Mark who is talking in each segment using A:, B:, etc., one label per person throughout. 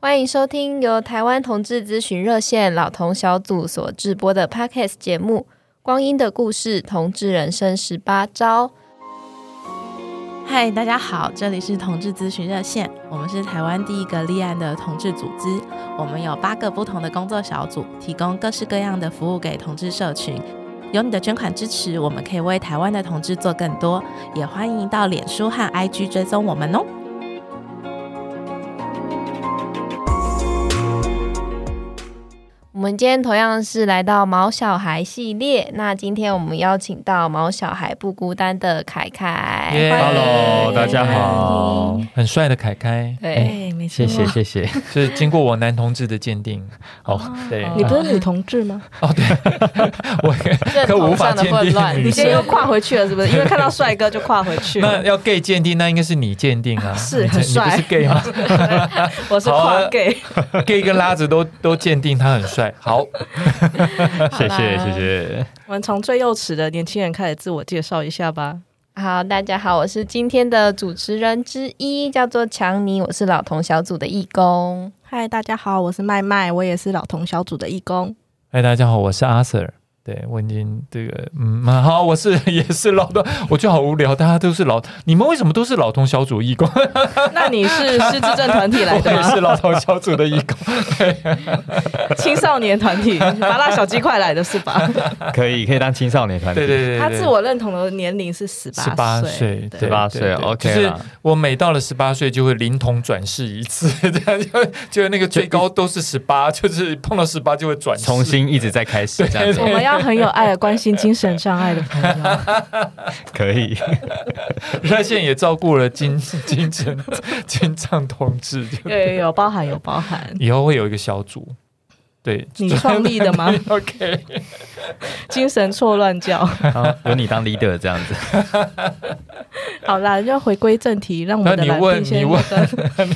A: 欢迎收听由台湾同志咨询热线老同小组所制播的 Podcast 节目《光阴的故事：同志人生十八招》。
B: 嗨，大家好，这里是同志咨询热线，我们是台湾第一个立案的同志组织，我们有八个不同的工作小组，提供各式各样的服务给同志社群。有你的捐款支持，我们可以为台湾的同志做更多，也欢迎到脸书和 IG 追踪我们哦。
A: 我们今天同样是来到毛小孩系列，那今天我们邀请到毛小孩不孤单的凯凯
C: 耶
A: 欢迎
C: Hello，大家好，很帅的凯凯，哎，
A: 对，
B: 没
D: 谢谢谢谢，
C: 是经过我男同志的鉴定，哦，
D: 对，
B: 哦
E: 你不是女同志吗？
C: 我
A: 认
C: 可无
A: 同
C: 法
A: 上的
C: 鉴
A: 混乱
C: 定，女
E: 你现在又
C: 生。
E: 跨回去了，是不是？因为看到帅哥就跨回去
C: 那
E: 了。
C: 要 gay 鉴定，那应该是你鉴定啊，
E: 是
C: 你
E: 很帅
C: 你不是 gay 吗
E: 我是
C: 好
E: 跨
C: 啊
E: gay，
C: ？gay 跟拉子都都鉴定他很帅，好，
D: 谢谢谢谢，
E: 我们从最幼稚的年轻人开始自我介绍一下吧。
A: 好，大家好，我是今天的主持人之一，叫做强尼，我是老同小组的义工。
E: 嗨，大家好，我是麦麦，我也是老童小组的义工。
C: 嗨，哎大家好，我是阿 Sir。对，我已经这个，嗯，好，我是 也是老的，我觉得好无聊，大家都是老，你们为什么都是老同小组义工？
E: 那你是失智症团体
C: 我
E: 来的
C: 也
E: 吗？
C: 是老同小组的义工，
E: 青少年团 体，麻辣小鸡块来的是吧？
D: 可以可以当青少年团体，
C: 对对对对，
E: 他自我认同的年龄是十
C: 十八
E: 八岁
C: 岁，
E: 对
C: 对
D: 十八岁
C: 对对就
D: OK
C: 是
D: 啦，
C: 我每到了十八岁就会灵童转世一次， 这样就就那个最高都是十八， 就是碰到十八就会转世
D: 重。新一直在开始这样
E: 我
D: 子，
E: 们要很有爱的关心精神障碍的朋友。
D: 可以，
C: 热线也照顾了金 金城金藏同志，就
E: 有有有，包含有 包含。
C: 以后会有一个小组，对
E: 你创立的吗？
C: ，OK，
E: 精神错乱 教。
D: 好有你当 leader 这样子，
E: 好啦，要回归正题，让我
C: 那
E: 们的
C: 你
E: 来
C: 问
E: 宾
C: 你
E: 先
C: 问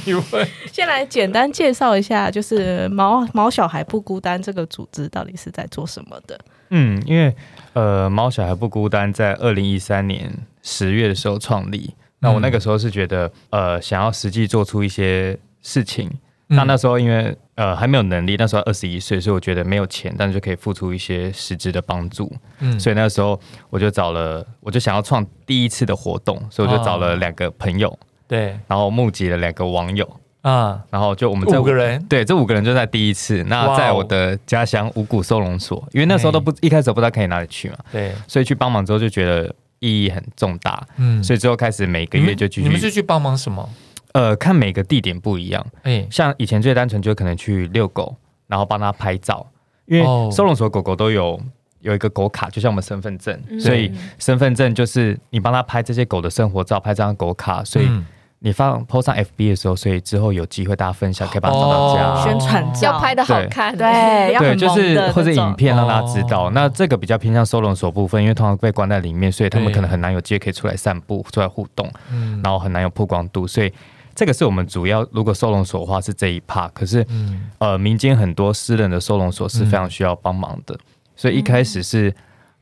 C: 你问，
E: 先来简单介绍一下，就是毛毛小孩不孤单这个组织到底是在做什么的？
D: 嗯，因为呃，猫小孩不孤单在二零一三年十月的时候创立，那我那个时候是觉得呃，想要实际做出一些事情，
C: 嗯
D: 那那时候因为呃还没有能力，那时候二十一岁，所以我觉得没有钱，但是就可以付出一些实质的帮助。
C: 嗯
D: 所以那时候我就找了，我就想要创第一次的活动，所以我就找了两个朋友，
C: 对
D: 然后募集了两个网友，
C: 啊，
D: 然后就我们这
C: 五个，人
D: 对，这五个人就在第一次。
C: 哇哦
D: 那在我的家乡五谷收容所，因为那时候都不
C: 嗯
D: 一开始都不知道可以哪里去嘛，
C: 对，
D: 所以去帮忙之后就觉得意义很重大，
C: 嗯
D: 所
C: 以
D: 以之后开始每个月就继
C: 你们是
D: 续
C: 去帮忙什么？
D: 呃看每个地点不一样，
C: 哎，
D: 像以前最单纯就可能去遛狗，然后帮它拍照，因
C: 哦
D: 为收容所狗狗都有有一个狗卡，就像我们身份证，
C: 嗯
D: 所以身份证就是你帮它拍这些狗的生活照，拍这张狗卡，所以
C: 嗯
D: 你放 PO 上 FB 的时候，所以之后有机会大家分享，可以帮它找到家。
C: 哦
E: 宣传照
A: 要拍的好看，
E: 对，要
D: 对，
E: 很
D: 就
E: 萌
D: 是
E: 的
D: 或者
E: 那种
D: 影片让大家知道。
C: 哦
D: 那这个比较偏向收容所部分，因为通常被关在里面，所以他们
C: 对
D: 可能很难有机会可以出来散步、出来互动，
C: 嗯
D: 然后很难有曝光度，所以。这个是我们主要，如果收容所的话是这一 part，可是
C: 嗯。
D: 呃，民间很多私人的收容所是非常需要帮忙的，所
C: 嗯
D: 以一开始是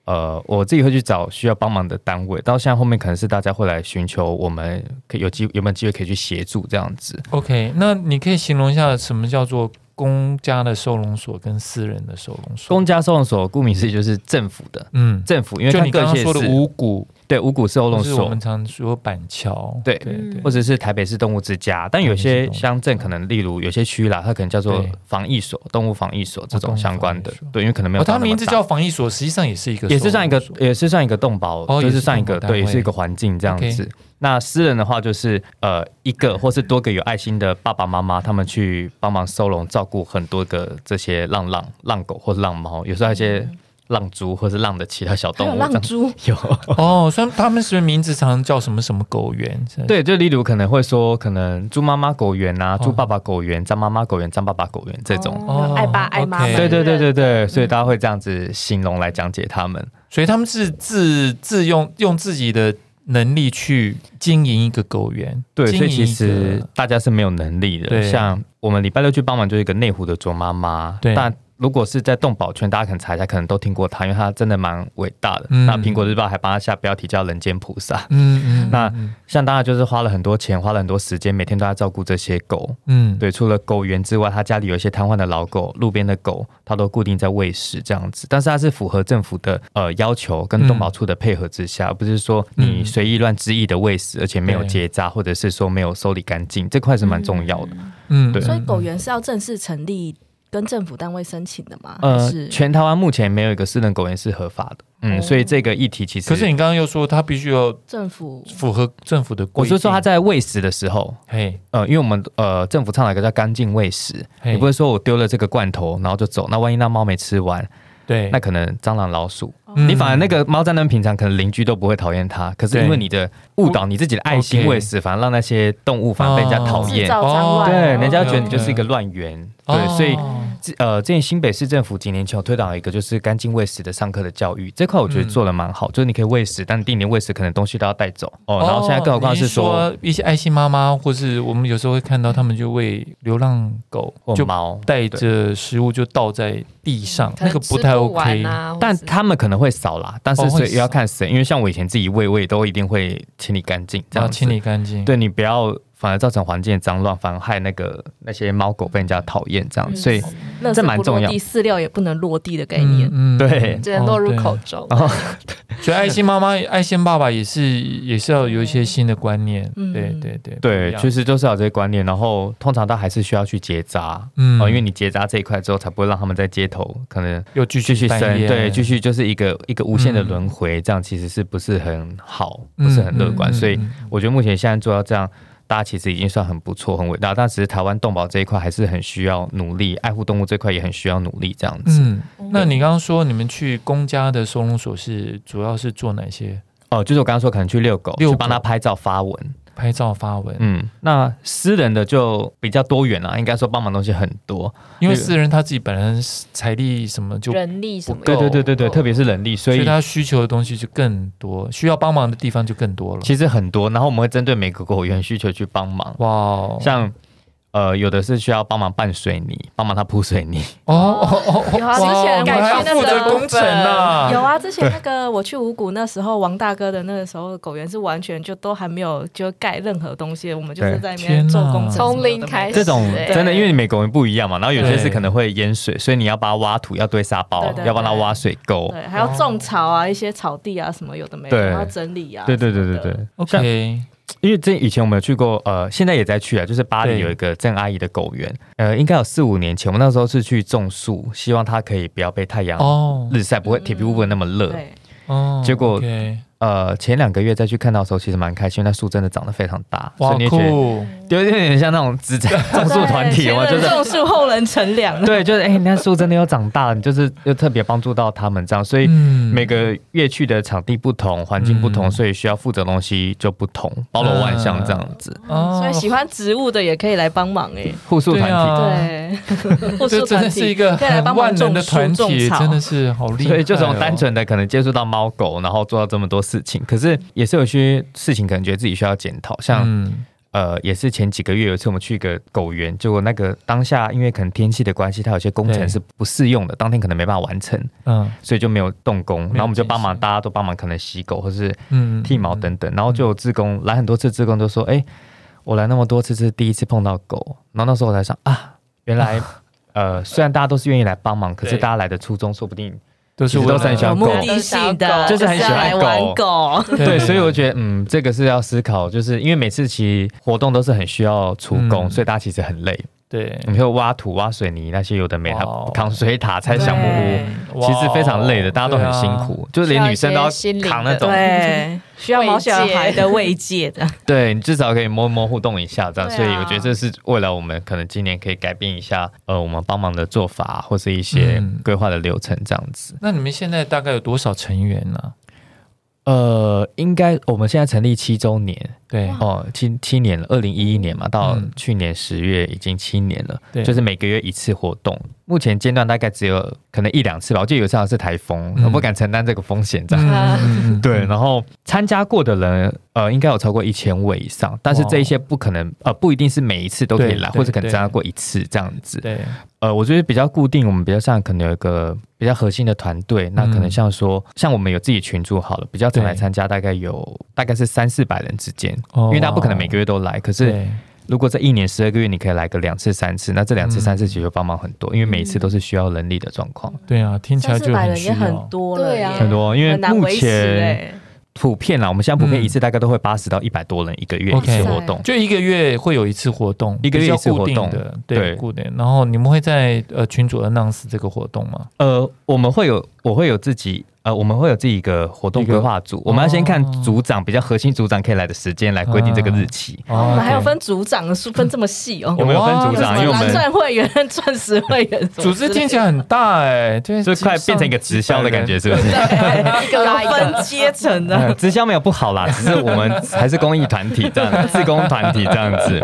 D: 呃我自己会去找需要帮忙的单位，到现在后面可能是大家会来寻求我们可以有机有没有机会可以去协助这样子。
C: OK，那你可以形容一下什么叫做公家的收容所跟私人的收容所？
D: 公家收容所顾名思义就是政府的，
C: 嗯，
D: 政府因为
C: 就
D: 它
C: 你刚刚
D: 各县
C: 说的
D: 市
C: 五谷
D: 对五谷收
C: 收
D: 容
C: 是我
D: 所
C: 们，常说板桥，
D: 对
C: 对
A: 嗯
C: 对
D: 或者是台北市动物之家，但有
C: 台北市
D: 些
C: 动物
D: 乡镇可能例如有些区啦，它可能叫做
C: 对
D: 防疫所、动物防疫所这
C: 哦动
D: 种
C: 物
D: 相关的
C: 防疫所，
D: 对，因为可能没有
C: 哦，
D: 到
C: 它
D: 那么大。
C: 名字叫防疫所，实际上也是一个收容
D: 也
C: 所，
D: 是算一个，哎也是算一个动保，
C: 哦
D: 就
C: 也是
D: 是算一个
C: 动保单位
D: 对，也是一个环境这样子。那私人的话，就是呃一个或是多个有爱心的爸爸妈妈，他们去帮忙收容、照顾很多个这些浪浪浪狗或是浪猫，有时候还有一些
C: 嗯
D: 浪猪或是浪的其他小
E: 还
D: 动
E: 有
D: 物这样
E: 浪。猪，
D: 有
C: 哦，虽然他们是不是名字常常叫什么什么狗园，是，
D: 对，就例如可能会说，可能猪妈妈狗园啊，
C: 哦
D: 猪爸爸狗园、张妈妈狗园、张爸爸狗园这种。
C: 哦哎
E: 爱爸爱妈妈，
C: OK
D: 对对对对对，所以大家会这样子形容来讲解他们。
C: 所以他们是自自用用自己的能力去经营一个狗园，
D: 对，
C: 经
D: 所
C: 营
D: 以其
C: 一
D: 实
C: 个
D: 大家是没有能力的。
C: 对
D: 像我们礼拜六去帮忙就是一个内湖的卓妈妈，
C: 对
D: 但如果是在动保圈，大家可能查一下，可能都听过他，因为他真的蛮伟大的。
C: 嗯
D: 那苹果日报还帮他下标题叫“人间菩萨
C: 嗯嗯，”。
D: 那像大家就是花了很多钱，花了很多时间，每天都在照顾这些狗。
C: 嗯，
D: 对，除了狗园之外，他家里有一些瘫痪的老狗、路边的狗，他都固定在喂食这样子。但是他是符合政府的呃要求跟动保处的配合之下，而不是说你
C: 嗯
D: 随意乱恣意的喂食，而且没有
C: 对
D: 结扎，或者是说没有收理干净，这块是蛮重要的。
C: 嗯，
D: 对
F: 所以狗园是要正式成
E: 嗯
F: 立跟政府单位申请的吗？还
D: 呃，
F: 嗯是
D: 全台湾目前没有一个私人狗园是合法的，嗯，
F: 哦
D: 所以这个议题其实，
C: 可是你刚刚又说他必须要
F: 政府
C: 符合政府的
D: 我
C: 规定，
D: 是说他在喂食的时候，
C: 嘿，
D: 呃，因为我们呃政府倡导一个叫干净喂食，
C: 嘿
D: 你不会说我丢了这个罐头然后就走，那万一那猫没吃完，
C: 对，
D: 那可能蟑螂老鼠，
C: 嗯
D: 你反而那个猫在那边平常可能邻居都不会讨厌它，可是
C: 对
D: 因为你的误导你自己的爱心
C: OK
D: 喂食，反而让那些动物反而被人家讨
F: 制
D: 厌。
F: 造脏
C: 哦
F: 乱，
D: 对，
F: 然后
D: 人家觉得你就是一个乱源，对，所以
C: 哦
D: 呃，之前新北市政府几年前有推广一个就是干净喂食的上课的教育，这块我觉得做的蛮好，就是你可以喂食，但定点喂食可能东西都要带走哦。然后现在更何况是
C: 你
D: 说,、
C: 说一些爱心妈妈，或是我们有时候会看到他们就为流浪狗
D: 或
C: 就
D: 猫，
C: 带着食物就倒在地上，
A: 可
C: 嗯那
A: 能
C: 个
A: 吃不
C: 太 OK
A: 完。啊，或
D: 但
A: 是
D: 他们可能会少啦，但
C: 哦
D: 是
C: 会
D: 所以也要
C: 少
D: 看谁，因为像我以前自己喂，我也都一定会清理干净，这
C: 要
D: 样
C: 清
D: 哦清理。
C: 理干净，
D: 对你不要反而造成环境的脏乱，反而害那个那些猫狗被人家讨厌这样，
A: 嗯
D: 所以
F: 垃圾
D: 这蛮
F: 不落
D: 重要
F: 地饲料也不能落地的概
C: 嗯，
F: 念。
C: 嗯哦
D: 对
A: 只能落入口。中。
D: 然后
C: 对所以爱心妈妈、爱心爸爸也是也是要有一些新的观念，
F: 嗯
C: 对对对，
D: 对，
C: 不一样
D: 其实就是要有这些观念，然后通常他还是需要去结扎。
C: 嗯
D: 哦，因为你结扎这一块之后，才不会让他们在街头可能
C: 又继
D: 继续生，
C: 扮演
D: 对，继续就是一个一个无限的轮回，这样其实是不是很好，
C: 嗯
D: 不是很乐观？
C: 嗯
D: 所以
C: 嗯
D: 我觉得目前现在做到这样，大家其实已经算很不错、很伟大。但其实台湾动保这一块还是很需要努力，爱护动物这块也很需要努力，这样子。
C: 嗯，那你刚刚说你们去公家的收容所是主要是做哪些？
D: 哦、就是我刚刚说可能去遛狗，
C: 遛狗
D: 去帮他拍照发文，
C: 拍照发文，
D: 嗯，那私人的就比较多元啊，应该说帮忙的东西很多，
C: 因为私人他自己本身财力什么就，
A: 人力什么的
D: 对对对对对，
A: 哦
D: 特别是人力，所
C: 所
D: 以
C: 以。他需求的东西就更多，需要帮忙的地方就更多了。
D: 其实很多，然后我们会针对每个狗园需求去帮忙，
C: 哇哦，
D: 像呃，有的是需要帮忙拌水泥，帮忙他铺水泥。
C: 哦哦哦哦，
A: 有啊
C: 哇
A: 之前
C: 我们
A: 改
C: 还要
A: 变的
C: 负责
A: 时候
C: 工程呐、
E: 有啊，之前那个我去五谷那时候，王大哥的那个时候的狗园是完全就都还没有就盖任何东西，我们就是
D: 对
E: 在那
C: 天
E: 边
C: 哪
E: 做工程什么的，
A: 从零开始
D: 这种
A: 对
D: 真的，因为每个人不一样嘛，然后有些
C: 对
D: 是可能会淹水，所以你要把它挖土，要堆沙包
E: 对，对
D: 要帮它
E: 对
D: 挖水沟。
E: 对，还要种草啊，一些草地啊什么有的没的，
D: 对
E: 然后整理啊，
D: 对对对对对，像
C: OK，
D: 因为这以前我们有去过，呃，现在也在去啊，就是巴
C: 对
D: 黎有一个郑阿姨的狗园，呃，应该有四五年前，我们那时候是去种树，希望它可以不要被太阳
C: 哦
D: 日晒，不会铁皮屋不会那么热。
E: 嗯对，
C: 哦，
D: 结果
C: OK，
D: 呃，前两个月再去看到的时候，其实蛮开心，那树真的长得非常大，所
C: 哇
D: 以你会觉得
C: 酷，哦
D: 有一点点像那种 植栽种树团体，
E: 前
D: 我就
E: 人
D: 是
E: 种树，后人乘凉。
D: 对，就是哎、那树真的有长大，你就是又特别帮助到他们这样，所以
C: 嗯
D: 每个乐器的场地不同，环境不同，
C: 嗯
D: 所以需要负责的东西就不同，包罗万象这样子。
C: 哦
E: 所以喜欢植物的也可以来帮忙哎、
D: 互助
C: 对
D: 团体，
C: 啊，
E: 对，护
C: 这真
E: 树团
C: 的是一
E: 体
C: 个
E: 可以来
C: 很
E: 帮
C: 万
E: 忙
C: 能
E: 种
C: 的
E: 树、
C: 团体，
E: 种草
C: 真。的是好厉害、哦，
D: 所以就从单纯的可能接触到猫狗，然后做到这么多事情，可是也是有些事情可能觉得自己需要检讨，像、
C: 嗯
D: 呃，也是前几个月有一次我们去一个狗园，结果那个当下因为可能天气的关系，它有些工
C: 对
D: 程是不适用的，当天可能没办法完成，
C: 嗯
D: 所以就没有动工，然后我们就帮
C: 没有进
D: 忙，
C: 行
D: 大家都帮忙可能洗狗或是
C: 嗯
D: 剃毛等等，然后就有志工来很多次，志工就说：“哎、我来那么多次，这是第一次碰到狗。”然后那时候我才想啊，原 来呃，虽然大家都是愿意来帮忙，可是
C: 对
D: 大家来的初衷说不定
C: 都是
D: 其实都
C: 为
D: 是很
C: 了
D: 喜欢
E: 有
D: 狗
E: 目的性的，
D: 就是很喜
E: 要
D: 欢
E: 来
D: 狗
E: 玩狗。
D: 对，所以我觉得嗯，这个是要思考，就是因为每次其实活动都是很需要出工，
C: 嗯
D: 所以大家其实很累。
C: 对
D: 你说挖土、挖水泥那些有的没，
C: 哇
D: 还
C: 哦
D: 扛水塔、拆小木屋，
C: 屋
D: 其实非常累的，大家都很
C: 啊
D: 辛苦，就是连女生都要扛那种，
E: 对，需要毛小孩的慰藉的。
D: 对你至少可以摸摸互动一下这样，
E: 对啊
D: 所以我觉得这是未来我们可能今年可以改变一下，呃，我们帮忙的做法啊或是一些
C: 嗯
D: 规划的流程这样子。
C: 那你们现在大概有多少成员呢、
D: 呃，应该我们现在成立七周年
C: 对
D: 哦，七七年了，二零一一年嘛，到
C: 嗯
D: 去年十月已经七年了，
C: 对
D: 就是每个月一次活动，目前阶段大概只有可能一两次吧，我记得有一次好像是台风，
C: 嗯
D: 我不敢承担这个风险这样。
C: 嗯，
D: 对，然后参加过的人，呃，应该有超过一千位以上，但是这一些不可能，呃，不一定是每一次都可以
C: 哦对
D: 来，
C: 对
D: 或者可能
C: 对
D: 参加过一次这样子。
C: 对，
D: 呃，我觉得比较固定，我们比较像可能有一个比较核心的团队，那可能像说，像我们有自己群组好了，比较常来
C: 嗯对
D: 参加，大概有大概是三四百人之间，
C: 因
D: 因为大家不可
C: 哦
D: 能每个月都来，可是
C: 对
D: 如果这一年十二个月你可以来个两次三次，那这两次
C: 嗯
D: 三次其实就帮忙很多，因为每一次都是需要人力的状况。
C: 对啊，听起来
F: 三四
C: 就
F: 百
C: 很
F: 人
C: 需
F: 也
C: 要。
F: 很多了
A: 对
F: 耶，
A: 啊
D: 很多，因为
E: 嗯很难
D: 目
E: 维持
D: 前
E: 哎，
D: 普遍啦，我们现在普遍
C: 嗯
D: 一次大概都会八十到一百多人一个月一
C: OK
D: 次活动，
C: 就一个月会有一次活动，
D: 一个月
C: 比较
D: 一次
C: 固定
D: 活动
C: 的，对，
D: 对
C: 固定。然后你们会在呃群组 announce 这个活动吗？
D: 呃，我们会有，我会有自己，呃，我们会有自己一个活动
C: 一个
D: 规划组，我们要先看
C: 哦
D: 组长比较核心组长可以来的时间来规定这个日期。
F: 我
C: 哦
F: 们还有
C: 对
F: 分组长的数分这么细哦，
D: 我们有分
C: 哇
D: 组长，因为我
F: 蓝
D: 们
F: 钻会员、钻石会员，
C: 组织听起来很大哎，对，
D: 就快变成一个直销的感觉，是不 是？
F: 一个拉一个，
E: 分阶层的，
D: 嗯直销没 有不好啦，只是我们还是公益团体这样，自工团体这样子。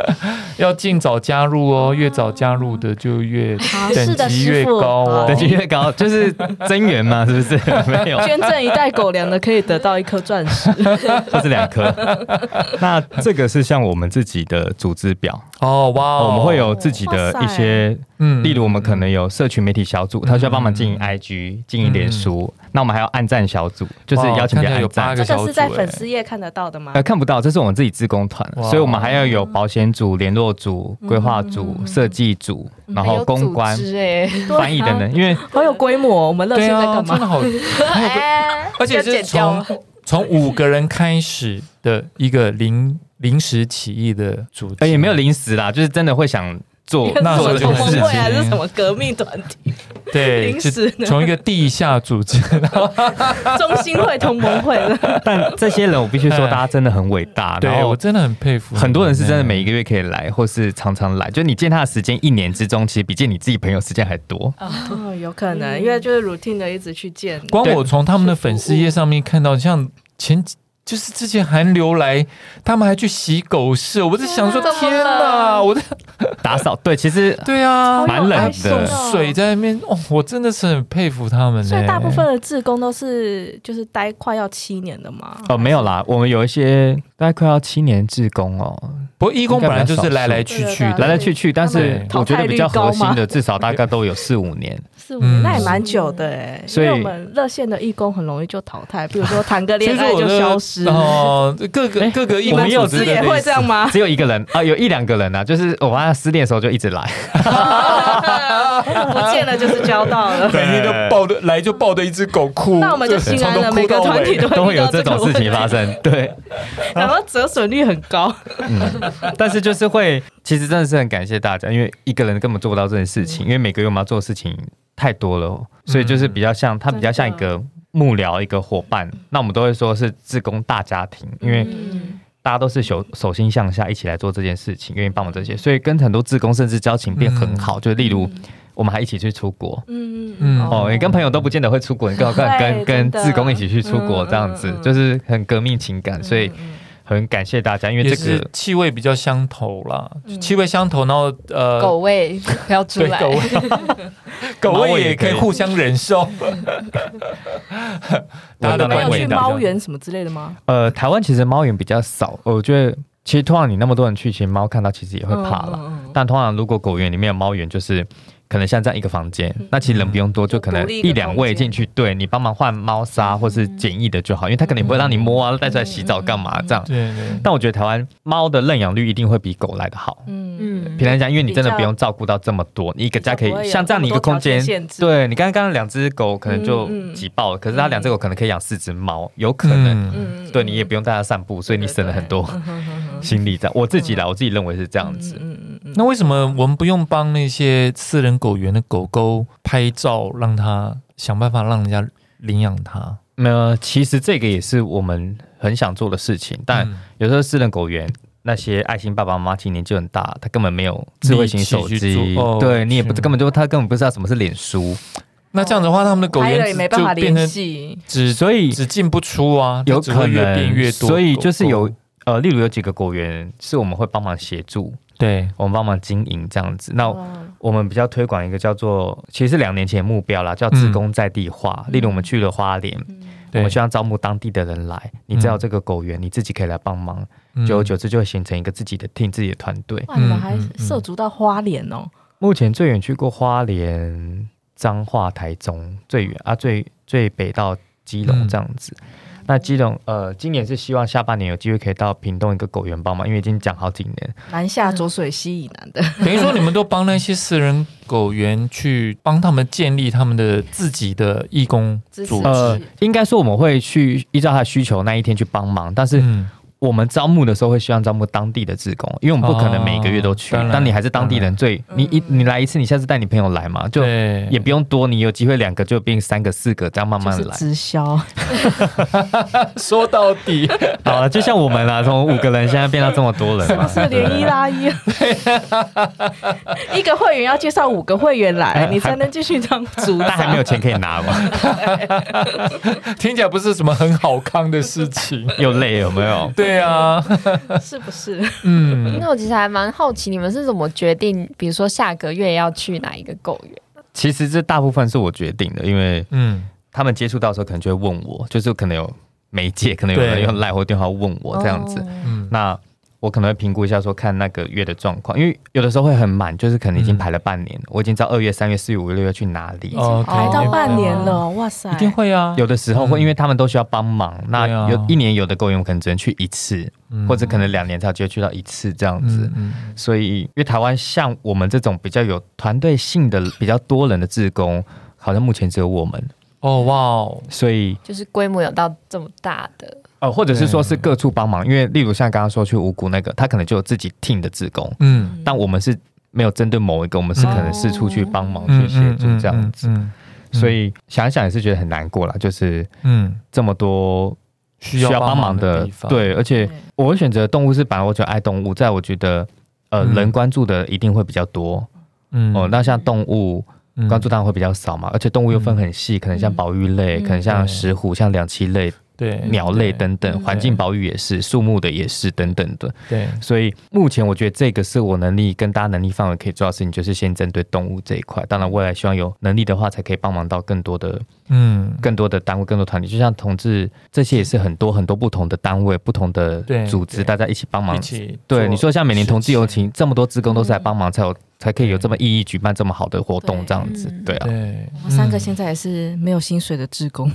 C: 要尽早加入哦，越早加入的就越
F: 是
C: 等
F: 的
C: 级
F: 师
C: 越
F: 傅
C: 高哦。
D: 等级越高，就是增援嘛，是不是？ 没有，
E: 捐赠一袋狗粮的可以得到一颗钻石，
D: 或是两 颗。那这个是像我们自己的组织表，
C: 哦哇哦，
D: 我们会有自己的一些
C: 嗯
D: 例如，我们可能有社群媒体小组，他需要帮忙经营 IG、经营脸书。那我们还有暗赞小组，就是邀请别
C: 嗯哇看起来
D: 人
C: 有
D: 暗
C: 八
D: 赞
C: 个。
E: 这个是在
C: 小组哎
E: 粉丝页看得到的吗
D: 呃，？看不到，这是我们自己自工团，
C: 哇
D: 所以我们还要有保险组、联络组、规划组、设计组，然后公关、
A: 哎，
D: 翻译等等。因为
E: 好有规模哦，我们乐
C: 对
E: 现在
C: 啊，
E: 干
C: 真
E: 嘛？
C: 的 好，还有个
A: 哎
C: 而且是从从五个人开始的一个临临时起义的组织，
D: 呃也没有临时啦，就是真的会想做
C: 那时
D: 做
C: 候就
D: 这件
C: 很
E: 同
D: 事
E: 盟
C: 是
E: 会
D: 情。
E: 还 是什么革命团体？
C: 对，
E: 临
C: 就
E: 时的
C: 从一个地下组织，
E: 中心会、同盟会的，
D: 但这些人，我必须说，大家真的很伟大。 然
C: 对
D: 后
C: 我真的很佩服你们欸。
D: 很多人是真的每一个月可以来，或是常常来，就你见他的时间，一年之中，其实比见你自己朋友时间还多。
E: 哦，有可能，因为就是 routine 的一直去见，
C: 光
D: 对
C: 我从他们的粉丝页上面看到，像前几就是之前韩流来，他们还去洗狗舍，我在想
E: 啊
C: 说，天哪！我在
D: 打扫， 对，其实
C: 对啊，
E: 哦
D: 蛮
E: 哎
D: 冷
C: 送
D: 的。
C: 水在那边，哦，我真的是很佩服他们欸。
E: 所以大部分的志工都是就是待快要七年的嘛。
D: 哦，没有啦，我们有一些大概快要七年志工哦，
C: 不过义工本来就是来来去去
E: 应该比较少数对对
C: 的，
D: 来来去去，但是
E: 对
D: 我觉得比较核
E: 淘汰
D: 心
E: 率高
D: 的，至少大概都有四五年。
E: 是五
C: 嗯
E: 年，那也蛮久的哎、
D: 所以
E: 因为我们热线的义工很容易就淘汰，比如说谈个
C: 所以
E: 恋
C: 说
E: 爱
C: 我
E: 就
C: 的
E: 消失。
C: 哦，各个
D: 哎
C: 各个义
E: 你
C: 工
E: 们
D: 我
C: 组织
D: 们
E: 组织也
C: 的
E: 会
C: 类似
E: 这样吗？
D: 只有一个人啊，有一两个人啊，就是我妈失恋的时候就一直来，
E: 不见了就是交到 了。
C: 每天就抱着来就抱着一只狗哭，
E: 那我们就心安
C: 从
E: 了，
C: 头哭
E: 每个
C: 到
E: 团
C: 尾
E: 体
D: 都
E: 会
D: 会
E: 遇
D: 有
E: 到
D: 这种
E: 个
D: 事
E: 问
D: 情
E: 题
D: 发，生。对，
E: 然后折损率很高。
D: 但是就是会，其实真的是很感谢大家，因为一个人根本做不到这件事
E: 嗯
D: 情，因为每个月我们要做的事情太多了哦，所以就是比较像他比较像一个幕僚一个伙伴，那我们都会说是志工大家庭，因为
F: 嗯，
D: 大家都是手手心向下一起来做这件事情，愿意帮我这些，所以跟很多志工甚至交情变很好。就例如，我们还一起去出国。
E: 嗯
C: 嗯
D: 哦，你跟朋友都不见得会出国，你更何况跟
E: 对
D: 跟
E: 真的
D: 志工一起去出国这样子
E: 嗯嗯，嗯嗯
D: 就是很革命情感，所以很感谢大家，因为
C: 也
D: 这
C: 是
D: 个
E: 哦
C: 气味比较相投啦，就
E: 嗯
C: 气味相投，然后呃，
A: 狗味不要出
C: 对
A: 来，
C: 狗味， 狗
D: 猫
C: 味
D: 也
C: 也可以
D: 可以
C: 互相忍 受。大家
D: 闻到
C: 的
D: 那
E: 没
D: 个
E: 有
D: 味
E: 去
D: 道
E: 猫。园什么之类的吗？
D: 呃，台湾其实猫园比较少，我觉得其实通常你那么多人去，其实猫看到其实也会
E: 嗯
D: 怕啦。但通常如果狗园里面有猫园，就是可能像这样一个房间，
E: 嗯
D: 那其实人不用多，就可能
F: 独立一个
D: 一两位进去，对你帮忙换猫砂
E: 嗯
D: 或是简易的就好，因为它肯定不会让你摸啊，带出来洗澡干嘛这样。
E: 嗯
C: 对对，
D: 但我觉得台湾猫的认养率一定会比狗来的好。
E: 嗯，
A: 嗯，
D: 平常讲，因为你真的
E: 比较
D: 不用照顾到这么多，你一个家可
E: 比较不会
D: 以
E: 有
D: 像这样的一个空
E: 那么多条
D: 间
E: 件限，制
D: 对你刚刚刚刚两只狗可能就
E: 嗯嗯
D: 挤爆了，可是它两只狗可能可以养四只猫，有可能。
E: 嗯
D: 对你也不用带它散步，所以你省了很多 心力。这样，我自
E: 嗯
D: 己啦，我自己认为是这样子。
C: 那为什么我们不用帮那些私人狗园的狗狗拍照，让它想办法让人家领养它？
E: 嗯
D: 那其实这个也是我们很想做的事情，但
C: 嗯
D: 有时候私人狗园那些爱心爸爸妈妈其实年纪很大，他根本没有智慧型手
C: 力气去
D: 机，
C: 做哦
D: 对你也不
C: 是
D: 根本就他根本不知道什么是脸书，
C: 那这样的话，他们的狗
E: 哦拍
C: 园
E: 了也
C: 只
E: 没办法
C: 就变
E: 联
C: 成
E: 系，
C: 只
D: 所以
C: 只进不出啊，
D: 有
C: 就只会
D: 可能
C: 越变越多狗狗。
D: 所以就是有呃，例如有几个果园是我们会帮忙协助，
C: 对，
D: 我们帮忙经营这样子。
E: 哦
D: 那
F: 哇
D: 我们比较推广一个叫做，其实是两年前的目标啦，叫
E: 嗯
D: 职工在地化。例如我们去了花莲，我
C: 对
D: 们希望招募当地的人来，你知道这个狗园，你自己可以来帮忙。久而久之就会形成一个自己的 team、自己的团队。
F: 哇，你们还
C: 嗯嗯嗯
F: 涉足到花莲哦，
D: 目前最远去过花莲、彰化、台中，最远啊，最最北到基隆这样子。那基隆，呃，今年是希望下半年有机会可以到屏东一个狗园帮忙，因为已经讲好几年，
F: 南下浊水溪以南 的，
C: 等于说你们都帮那些私人狗园去帮他们建立他们的自己的义工
F: 支持
C: 组织，
D: 呃，应该说我们会去依照他的需求那一天去帮忙，但是
C: 嗯，
D: 我们招募的时候会希望招募当地的志工，因为我们不可能每个月都去，
C: 哦当然
D: 但你还是当地人最，你一
F: 嗯
D: 你来一次，你下次带你朋友来嘛，就
C: 对
D: 也不用多，你有机会两个就变三个、四个，这样慢慢来。
F: 直销，
C: 说到底，
D: 好了，就像我们啦，从五个人现在变到这么多人嘛，
E: 是连一拉一，一个会员要介绍五个会员来，你才能继续当组
D: 但还
E: 长
D: 没。有钱可以拿嘛，
C: 听起来不是什么很好康的事 情。
D: 又累有没有？
C: 对啊，
E: 是不是？
C: 嗯，
A: 那我其实还蛮好奇，你们是怎么决定，比如说下个月要去哪一个狗园？
D: 其实这大部分是我决定的，因为
C: 嗯，
D: 他们接触到的时候可能就会问我，就是可能有媒介，可能有
C: 对
D: 人用赖或电话问我这样子。
A: 哦
C: 嗯
D: 那我可能会评估一下，说看那个月的状况，因为有的时候会很满，就是可能已经排了半年，我已经知道二月、三月、四月、五月、六月去哪里。
C: 哦，
F: 排到半年了，
E: 哦
F: 哇塞
C: 一，定会啊，
D: 有的时候
C: 嗯
D: 会，因为他们都需要帮忙。那
C: 对啊
D: 有一年有的公园，我可能只能去一次，
C: 嗯
D: 或者可能两年才有机会去到一次这样子。
C: 嗯嗯
D: 所以，因为台湾像我们这种比较有团队性的、比较多人的志工，好像目前只有我们。
C: 哦哇哦，
D: 所以，
A: 就是规模有到这么大的，
D: 呃，或者是说是各处帮忙，因为例如像刚刚说去五谷那个，他可能就有自己 team 的志工，
C: 嗯，
D: 但我们是没有针对某一个，我们是可能四处去帮忙去协助这样子。
C: 嗯，
D: 所以想一想也是觉得很难过啦，就是
C: 嗯，
D: 这么多
C: 需要
D: 帮忙
C: 的
D: 的
C: 地，方，
D: 对，而且
F: 对
D: 我会选择动物是，本来我就爱动物，在我觉得。呃，
C: 嗯
D: 人关注的一定会比较多、
C: 嗯
D: 哦。那像动物关注当然会比比较少嘛，而且动物又分很细，可能像保育类，
F: 嗯
D: 可能像石虎、像两栖类、
C: 对
D: 鸟类等等，
F: 嗯
D: 环境保育也是，树木的也是等等的。
C: 对，
D: 所以目前我觉得这个是我能力跟大家能力范围可以做到的事情，就是先针对动物这一块。当然，未来希望有能力的话，才可以帮忙到更多的、
C: 嗯，
D: 更多的单位、更多团体。就像同志，这些也是很多很多不同的单位、不同的
C: 对
D: 组织，
C: 对
D: 大家一起帮忙
C: 一。起
D: 对，
C: 做
D: 你说像每年同志游行，这么多职工都是来
F: 嗯
D: 帮忙，才有才可以有
C: 对
D: 这么意义举办这么好的活动，
F: 对
D: 这样子
A: 嗯，
D: 对啊。
C: 对
F: 我们三个
C: 嗯
F: 现在也是没有薪水的职工，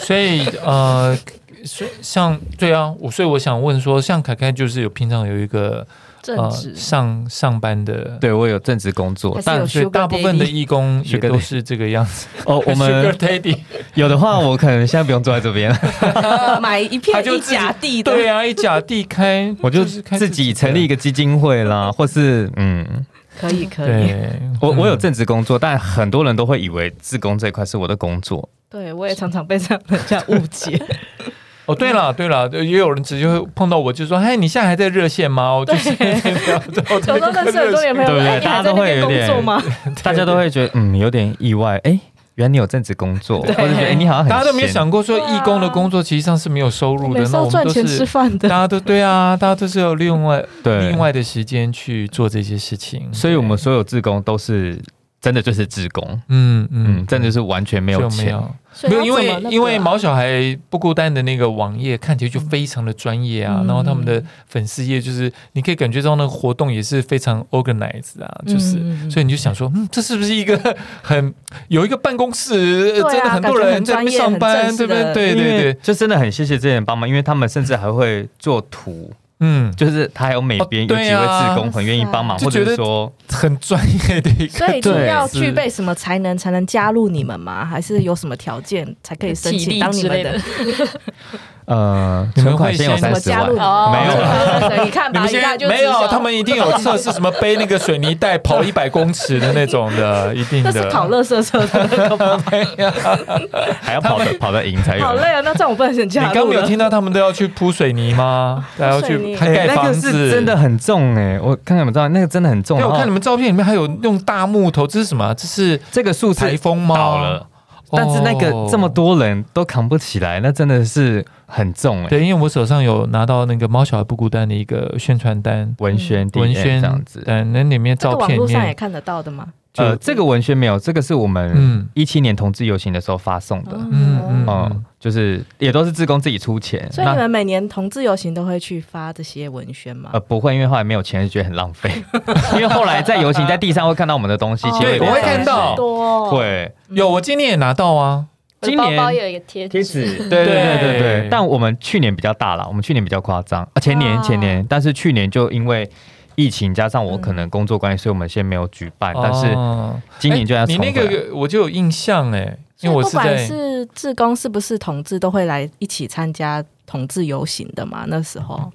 C: 所以呃，所以像对啊，我所以我想问说，像凯凯就是有平常有一个
F: 正
C: 呃
F: 职
C: 上上班的，
D: 对我有正职工作
F: 还，是
D: 但
F: 有
C: 所以
F: Sugar
C: 大部分的
F: Daddy
C: 义工也
D: Sugar
C: 都是这个样子。
D: 哦，我
C: Sugar
D: 们
C: Daddy
D: 有的话，我可能现在不用坐在这边，
F: 买一
C: 他
F: 片
C: 就
F: 一
C: 自己
F: 甲地的，
C: 对啊，一甲地开，
D: 我就是
C: 开
D: 自己成立一
C: 个
D: 个基金会啦，或是嗯，
F: 可以可以，
C: 对，
D: 我我有
C: 嗯
D: 正职工作，但很多人都会以为自工这一块是我的工作。
E: 对我也常常被这样人家误解。
C: 哦，对了
E: 嗯
C: 对了，也有人直接会碰到我，就说：“嘿，你现在还在热线吗？”我就是 我
E: 有时候认识很多年朋友，
D: 对
E: 哎，你
D: 大家
E: 还在
D: 都
E: 那
D: 会
E: 边
D: 有点
E: 工作吗？
D: 大家都会觉得嗯有点意外，哎、原来你有正职工作，或
E: 对
D: 者觉得、哎你好像很
C: 大家都没有
D: 闲
C: 想过说
E: 对啊
C: 义工的工作其实上是没有收入
E: 每
C: 的，
E: 次
C: 那
E: 要
C: 我们
E: 赚
C: 都
E: 钱吃
C: 是
E: 饭
C: 大
E: 的，
C: 家都对啊，大家都是有另外
D: 对，
C: 另外的时间去做这些事情，
D: 所以我们所有志工都是真的就是志工，
C: 嗯
D: 嗯，
C: 嗯，
D: 真的是完全没
C: 没
D: 有
C: 没
D: 钱。
C: 有
F: 所以
C: 没
F: 要
C: 有，因为、
F: 怎么那个啊
C: 因为毛小孩不孤单的那个网页看起来就非常的专业啊，
F: 嗯
C: 然后他们的粉丝页就是你可以感觉到那个活动也是非常 organized 啊，就是。
F: 嗯嗯嗯
C: 所以你就想说，嗯，这是不是一个很有一个办公室，
E: 对啊
C: 真的很多人在那边上班，
E: 感觉很专业
C: 对不对？对
E: 很正式的
C: 对对，
D: 就真的很谢谢这些人帮忙，因为他们甚至还会做图，
C: 嗯，
D: 就是他还有美
C: 哦
D: 编、有
C: 对
D: 几位
C: 啊
D: 志工很愿意帮忙，
C: 就
D: 或
C: 觉
D: 者
C: 得
D: 是说
C: 很专业的一个，
E: 所以就
D: 对
E: 要
F: 要具备什么才能才能加入你们吗？还是有什么条件才可以申体
E: 力
F: 力当你
E: 之
F: 们
E: 类
F: 的
E: 的，
D: 呃，
C: 你们
D: 存款
C: 会
D: 先有
C: 先
D: 三
F: 怎么
D: 十
F: 加
D: 万
F: 入你，们？
D: 没有
E: 啦你看
C: 你
E: 吧，
C: 们
E: 一
C: 现
E: 看
C: 在
E: 就
C: 没
E: 知
C: 有，
E: 道
C: 他们一定有测试什么背那个水泥袋 跑一百公尺的那种的，一定
E: 那
C: 的。
E: 是跑乐色车的那个吧？
D: 还要跑得跑得赢才有。
E: 好累啊！那这样我不能想
C: 哎你
E: 加
C: 刚
E: 入
C: 没有
E: 了。
C: 听到他们都要去铺水泥吗？还要去
E: 铺水泥
C: 还盖
D: 哎那
C: 房
D: 个
C: 子，哎
D: 是真的。哦很重哎、我看你们知道那个真的很重。
C: 对，我看
D: 然
C: 你
D: 后
C: 们照片里面还有用大木头，这是什么啊？这是
D: 这个树
C: 台
D: 是
C: 风吗？
D: 倒了，但是那
C: 哦
D: 个这么多人都扛不起来，那真的是很重哎、
C: 对，因为我手上有拿到那个《猫小孩不孤单》的一个宣传单，
D: 文宣、
C: 嗯文
D: DM
C: 宣
D: 这样子，
C: 但那里面
F: 这
C: 照
F: 个网
C: 片里
F: 络上也
C: 面，
F: 看得到的吗？
D: 呃，这个文宣没有，这个是我们
C: 嗯
D: 一七年同志游行的时候发送的，嗯、
C: 嗯嗯嗯
D: 哦，就是也都是志工自己出钱，
F: 所以
D: 那
F: 你们每年同志游行都会去发这些文宣
C: 嗯
F: 吗？
D: 呃不会，因为后来没有钱就觉得很浪费， 因为后来在游行在地上会看到我们的东西，
F: 哦
D: 其实
C: 对
D: 有点
C: 我会
D: 伤
C: 看到
D: 心
F: 多哦
D: 会。
C: 有，我今年也拿到啊，
A: 我的
D: 今
A: 包包
D: 年
A: 也有一个贴
D: 贴
A: 纸，
D: 纸，对对对对
C: 对
D: 对。但我们去年比较大啦，我们去年比较夸张，啊，前年
F: 哇
D: 前年，但是去年就因为疫情加上我可能工作关系，所以我们先没有举办，哎但是
C: 哦
D: 今年就要
C: 哎你
D: 重
C: 那
D: 回来
C: 个我就有印象哎，
F: 所
C: 因
F: 以
C: 为我
F: 不
C: 是
F: 管
C: 在
F: 是志工是不是同志，都会来一起参加同志游行的嘛？那时候，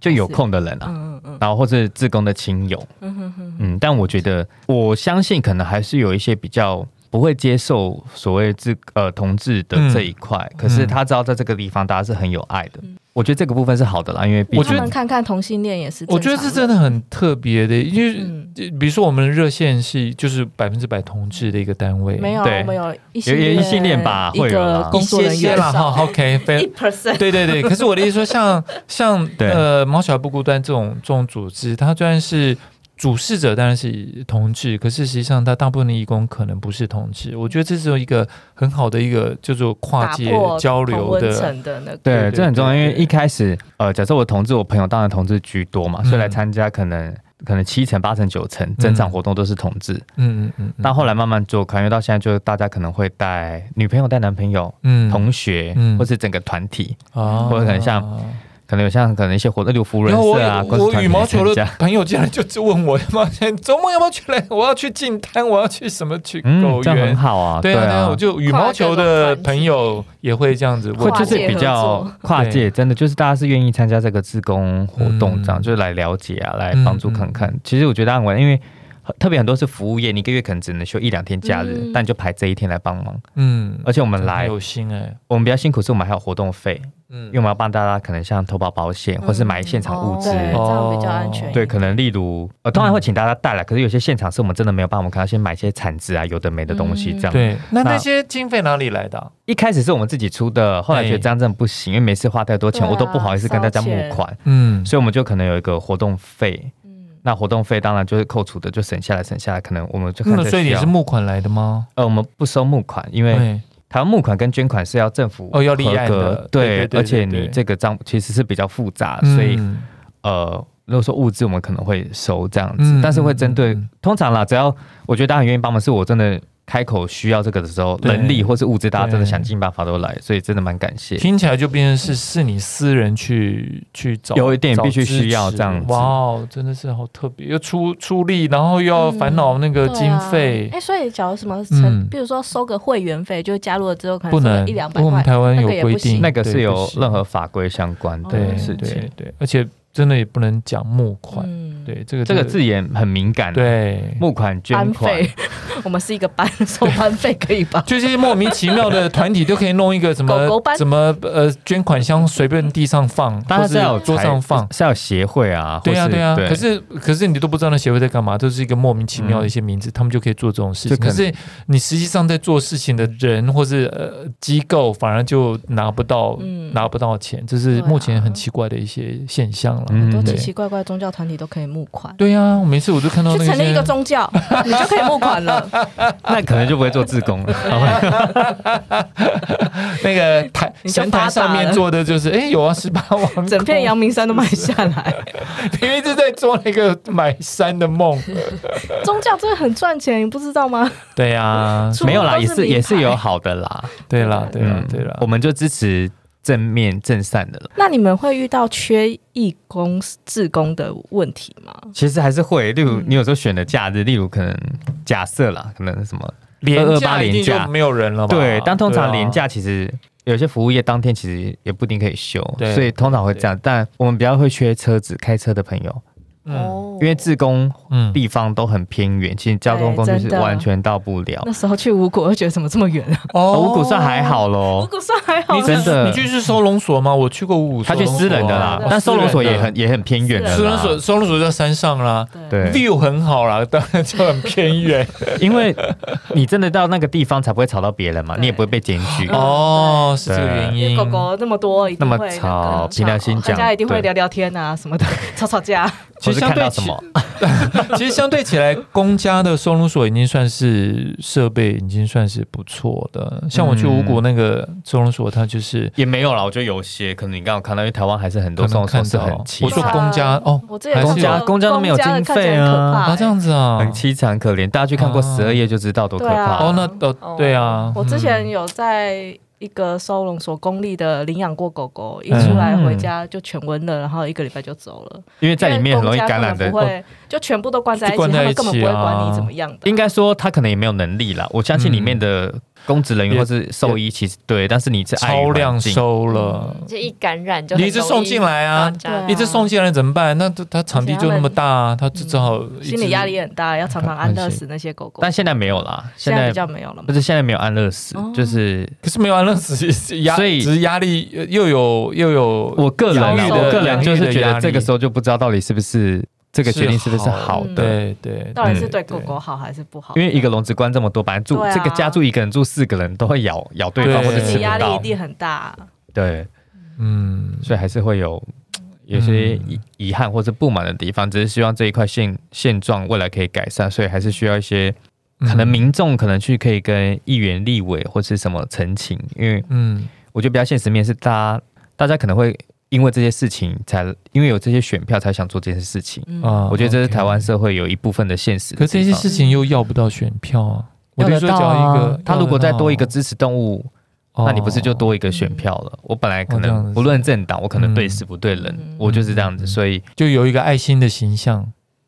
D: 就有空的人啊，
F: 嗯嗯
D: 然后或是志工的亲友，
F: 嗯哼哼，
D: 嗯，但我觉得我相信可能还是有一些比较。不会接受所谓这呃同志的
C: 嗯
D: 这一块，可是他知道在这个地方大家是很有爱的，我觉得这个部分是好的啦，因为毕
C: 我
F: 他
C: 觉得
D: 竟
F: 们看看同性恋也是，
C: 我觉得是真
F: 的，
C: 的很特别的，因为
F: 嗯，
C: 比如说我们的热线是就是百分之百同志的一个单位，
F: 没有，
D: 对
F: 我们有一
D: 有
F: 列
D: 一系列吧
F: 一
D: 会有啦
F: 个工
C: 一
F: 作
C: 些
F: 人
C: 些
F: 员
C: 啦 哈，OK，非
F: 一 percent，
C: 对对对，可是我的意思 说像，像
D: 对
C: 呃毛小孩不孤单这种这种组织，它虽然是主事者当然是同志，可是实际上它大部分的义工可能不是同志。我觉得这是一个很好的一个叫做跨
F: 打
C: 界
F: 破
C: 交
F: 同
C: 流
F: 温
C: 的，
F: 层的那个，
C: 对
D: 对，这很重要，
C: 对
D: 因为
C: 对
D: 一开始，呃，假设我同志，我朋友当然同志居多嘛，
C: 嗯
D: 所以来参加可能可能七成、八成、九成，整场活动都是同志。
C: 嗯嗯嗯，
D: 但后来慢慢做开，因为到现在就大家可能会带女朋友、带男朋友、
C: 嗯
D: 同学，
C: 嗯
D: 或是整个团体，
C: 啊
D: 或者可能像可能有像可能一些活动，例如福人
C: 然后我
D: 社啊，或是
C: 我
D: 团体
C: 羽毛球
D: 参
C: 的
D: 加
C: 朋友竟然就就问我， 他妈周末要不要去来？我要去近滩，我要去什么去
D: 嗯，
C: 狗
D: 这样很
C: 园？
D: 好啊，
C: 对啊，对啊，
D: 啊
C: 我。就羽毛球的朋友也会这样子
D: 或
C: 问，
D: 就是比
F: 跨
D: 较
F: 界合作
D: 跨界，真的就是大家是愿意参加这个志工活动，这样、
C: 嗯
D: 就是来了解啊，来
C: 嗯
D: 帮助看看。其实我觉得很玩，因为特别很多是服务业，你一个月可能只能休一两天假日，
F: 嗯
D: 但你就排这一天来帮忙。
C: 嗯，
D: 而且我们
C: 真的很
D: 来，
C: 有心哎、
D: 我们比较辛苦是我们还有活动费，
C: 嗯
D: 因为我们要帮大家可能像投保保险，或是买现场物资。
F: 对，这
C: 哦
F: 样比较安全。
D: 对，可能例如，呃，当然会请大家带来，可是有些现场是我们真的没有办法，我们可能要先买一些产值啊，有的没的东西
F: 嗯
D: 这样。，
C: 对，那
D: 那嗯
C: 那些经费哪里来的啊、
D: 一开始是我们自己出的，后来觉得这样真的不行，因为每次花太多钱，
F: 对啊
D: 我都不好意思跟大家募
F: 烧
D: 款。
C: 嗯，
D: 所以我们就可能有一个活动费，
F: 嗯，
D: 那活动费当然就是扣除的，就省下来，省下来，可能我们就看
C: 那
D: 这
C: 嗯所以
D: 需
C: 你
D: 要
C: 是募款来的吗？
D: 呃，我们不收募款，因为
C: 对，
D: 台湾募款跟捐款是要政府
C: 哦要立
D: 合
C: 案的
D: 格，
C: 对对对
D: 而
C: 对
D: 且
C: 对
D: 你这个账其实是比较复杂，啊所以
C: 嗯
D: 呃，如果说物资我们可能会收这样子
C: 嗯，
D: 但是会针对
C: 嗯嗯
D: 通常啦，只要我觉得大家很愿意帮忙，是我真的。开口需要这个的时候，
C: 对
D: 人力或是物资，大家真的
C: 对
D: 想尽办法都来，所以真的蛮感谢。
C: 听起来就变成是是你私人去去找，
D: 有一点
C: 找
D: 必须
C: 支持
D: 需要这样子
C: 哇哦，真的是好特别，又出出力，然后又要
F: 嗯
C: 烦恼那个
F: 对
C: 经
F: 啊
C: 费
F: 哎、，所以假如什么
C: 嗯
F: 成，比如说收个会员费，就加入了之后可
C: 不
F: 收个
C: 能
F: 一两百
C: 我们
F: 块，
C: 台湾
F: 那
C: 有
F: 个也
C: 规
F: 不行
C: 定，
D: 那个
C: 对
D: 是
C: 不
D: 有
C: 行
D: 任何法规相关的
C: 对
D: 事情
C: 对，对，而且真的也不能讲募款，
F: 嗯，
C: 对这个
D: 这个字眼很敏感。，
C: 对。
D: 募款捐
F: 班
D: 款，
F: 费，我们是一个班，收班费可以吧？
C: 就这些莫名其妙的团体都可以弄一个什么
F: 狗狗班
C: 什么呃捐款箱随便地上 放，
D: 当
C: 或
D: 然
C: 是
D: 是要有
C: 桌
D: 财
C: 上放。
D: 是要有协会啊，
C: 对呀、
D: 或
C: 对呀、可是可是你都不知道那协会在干嘛，都是一个莫名其妙
D: 嗯
C: 的一些名字，他们就可以做这种事情。
D: 就
C: 可
D: 可能
C: 是你实际上在做事情的人或是呃机构，反而就拿不到、
F: 嗯
C: 拿不到钱，这是
F: 对啊
C: 目前很奇怪的一些现象了。
D: 嗯
F: 很多
D: 对
F: 奇奇怪怪宗教团体都可以募款，
C: 对呀、我每次我都看到
F: 就
C: 那
F: 成立一
C: 些
F: 个宗教，你就可以募款了。
D: 那
C: 啊
D: 可能就不会做自工了。 好吧
C: 那个台
F: 你就
C: 神坛
F: 发达
C: 上面
F: 了
C: 做的就是，哎，有啊，十八王
F: 整片
C: 宫
F: 阳明山都买下来，
C: 因为是在做那个买山的梦。
F: 宗教真的很赚钱，你不知道吗？
C: 对呀、
F: 出
D: 没有啦，
F: 都
D: 也
F: 是
D: 是
F: 名
D: 也是
F: 牌
D: 有好的啦，
C: 对啦，对啦
D: 嗯，
C: 对啊啦
D: 我。们就支持正面正善的啦。
F: 那你们会遇到缺义工、志工的问题吗？
D: 其实还是会，例如
F: 嗯
D: 你有时候选的假日，例如可能假设啦，可能什么
C: 廉价
D: 228
C: 一定就没有人了吧？
D: 对，但通常廉
C: 对啊
D: 价其实。有些服务业当天其实也不一定可以休
C: 对，
D: 所以通常会这样。但我们比较会缺车子开车的朋友，
F: 哦
A: 哦
C: 嗯，
D: 因为自工
C: 嗯，
D: 地方都很偏远，其实交通工具是
F: 对真的
D: 完全到不了。
F: 那时候去五股，我就觉得怎么这么远啊？
C: 哦
D: 五股算还。好喽，
F: 股算还
C: 你
D: 真的
C: 你去是收容所吗？我去过五股，
D: 他去私人的啦
F: 对，
D: 但收容所也
C: 很。
D: 很也很偏远的啦。
C: 收容所，收容所在山上啦
D: 对，
C: ，view 很好啦，当然就很偏 远
D: 因为你真的到那个地方才不会吵到别人嘛，你也不会被检举。
C: 哦，是这个
D: 对
C: 原因。
E: 狗狗那么多，一定会
D: 那么
E: 个哦
D: 吵凭良心
E: 大
D: 讲
E: 家一定会
D: 对
E: 聊聊天啊什么的，吵吵架。
C: 其
D: 或
C: 实
D: 是
C: 相
D: 看
C: 对
D: 到
C: 起
D: 什么，
C: 其实相对起来，公家的收容所已经算是设备已经算是不错的。像我去五股那个收容所，它就是
D: 也没有啦。我觉得有些可能你刚刚有看到，因为台湾还是很多
C: 可
D: 这种
C: 能看
D: 是
C: 到
D: 很凄
C: 我说
E: 对啊
D: 惨，
C: 公家哦
E: 我之前
C: 还是
D: 公家
E: 有
D: 公家都没有
E: 公家的
D: 经
E: 看起来
D: 费
E: 很可
D: 啊，
E: 怕欸
C: 啊这样子啊，
D: 很凄惨可怜。大家去看过
C: 哦
D: 十二夜就知道多可
E: 对啊
D: 怕。
C: 哦那哦对啊，
E: 我之
C: 嗯
E: 前有在一个收容所公立的领养过狗狗，一出来回家就全温了，然后一个礼拜就走了。
D: 因嗯为在里面很容易感染
E: 因为
D: 的哦
E: 公家根本不。会，就全部都关在一
C: 就
E: 起，
C: 关在
E: 他
C: 一
E: 们
C: 起啊
E: 根本不会管你怎么样的。
D: 应该说他可能也没有能力啦。我相信里面的公职人员
C: 也
D: 或是兽医，其实对，但是你是碍于
C: 超量
D: 环境
C: 收了，
A: 就一感染就
C: 你一直送进来啊
E: 对啊
C: 一直送进来怎么办？那它它场地就那么大啊，它
D: 嗯
C: 只只好一
E: 心
C: 直
E: 理压力很大，要常常安乐死那些狗狗。
D: 但现在没有啦，现
E: 现在
D: 在
E: 比较没哦有了嘛
D: 不。是现在没有安乐死，就是
C: 可是没有安乐死是压，
D: 所以
C: 只是压力呃又有又有
D: 我个人啦，
E: 焦虑的
D: 我个人就是觉
C: 压
D: 得
C: 力
D: 这个时候就不知道到底是不是这个决定是不是好
E: 是好
D: 的。
C: 对对，
E: 到底是
C: 对
E: 对狗狗好还是不
C: 嗯
E: 好？
D: 因为一个笼子关这么多，本来住、
E: 对啊
D: 这个家住一个人住四个人都会咬咬对方
C: 对
D: 或者
E: 心
D: 吃
E: 理
D: 不
E: 压力一
D: 到，
E: 定很大。
D: 对，
C: 嗯，
D: 所以还是会有有些遗遗憾或者不满的地方，只是希望这一块现现状未来可以改善，所以还是需要一些
C: 嗯
D: 可能民众可能去可以跟议员、立委或是什么澄清，因为
C: 嗯
D: 我觉得比较现实面是大家大家可能会因为这些事情才因为有这些选票才想做这件事情。
C: 嗯啊
D: 我觉得这是台湾
C: OK
D: 社会有一部分的现实的
C: 可
D: 地方。
C: 是这些事情又要不到选票啊。我
D: 要
C: 比如
D: 得
C: 说
D: 到
C: 讲一个
D: 啊，，他如果再多一个
C: 要得
D: 支持动物，
C: 到，
D: 那你不是就
C: 哦
D: 多一个选票了？我本来可
C: 哦这样子
D: 能不论政党，我可能对事不对
F: 嗯
D: 人，我就是这样子。所以
C: 就有一个爱心的形象，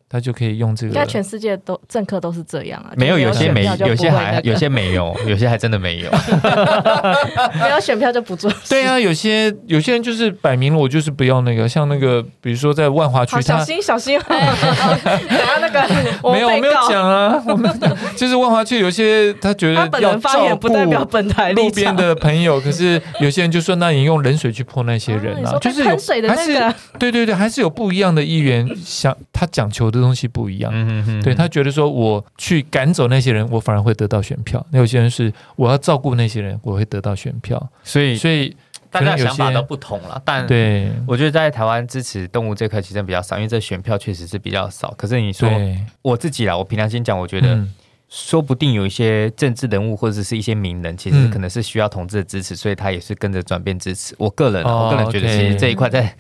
C: 他就可以用这
E: 应该
C: 个。
E: 全世界都政客都是这样啊，
D: 没有，
E: 就
D: 有些
E: 选
D: 没，
E: 票就
D: 有些
E: 不会
D: 还
E: 那个
D: 有些没有，有些还真的没有。
E: 没有选票就 不做事。
C: 对啊，有些有些人就是摆明了我就是不要那个，像那个，比如说在万华区
E: 好，，小
C: 他
E: 心 小心，等下那个我
C: 没有我
E: 被
C: 没有
E: 告，
C: 讲啊，我没有讲， 就是万华区有些他觉
E: 他
C: 得
E: 本
C: 要
E: 人发
C: 照
E: 言不
C: 顾
E: 代表本台立
C: 路边
E: 场。
C: 的朋 友，可是有些人就说，那你用冷水去泼那些人
E: 哦你
C: 啊，
E: 说
C: 就
E: 被
C: 是有
E: 喷水的
C: 还
E: 那
C: 是
E: 个，
C: 对对对，还是有不一样的议员想他讲求的东西不一样。
D: 嗯嗯嗯，
C: 对他觉得说，我去赶走那些人，我反而会得到选票。那有些人是我要照顾那些人，我会得到选票。
D: 所以
C: 所以
D: 大家
C: 可能有
D: 想法
C: 些
D: 都不同了，但。
C: 对
D: 我觉得在台湾支持动物这块其实比较少，因为这选票确实是比较少。可是你说
C: 对，
D: 我自己啦，我平常心讲，我觉得
C: 嗯
D: 说不定有一些政治人物或者是一些名人，其实
C: 嗯
D: 可能是需要同志的支持，所以他也是跟着转变支持。我个人啊、
C: 哦
D: 我个人觉得
C: OK
D: 其实这一块在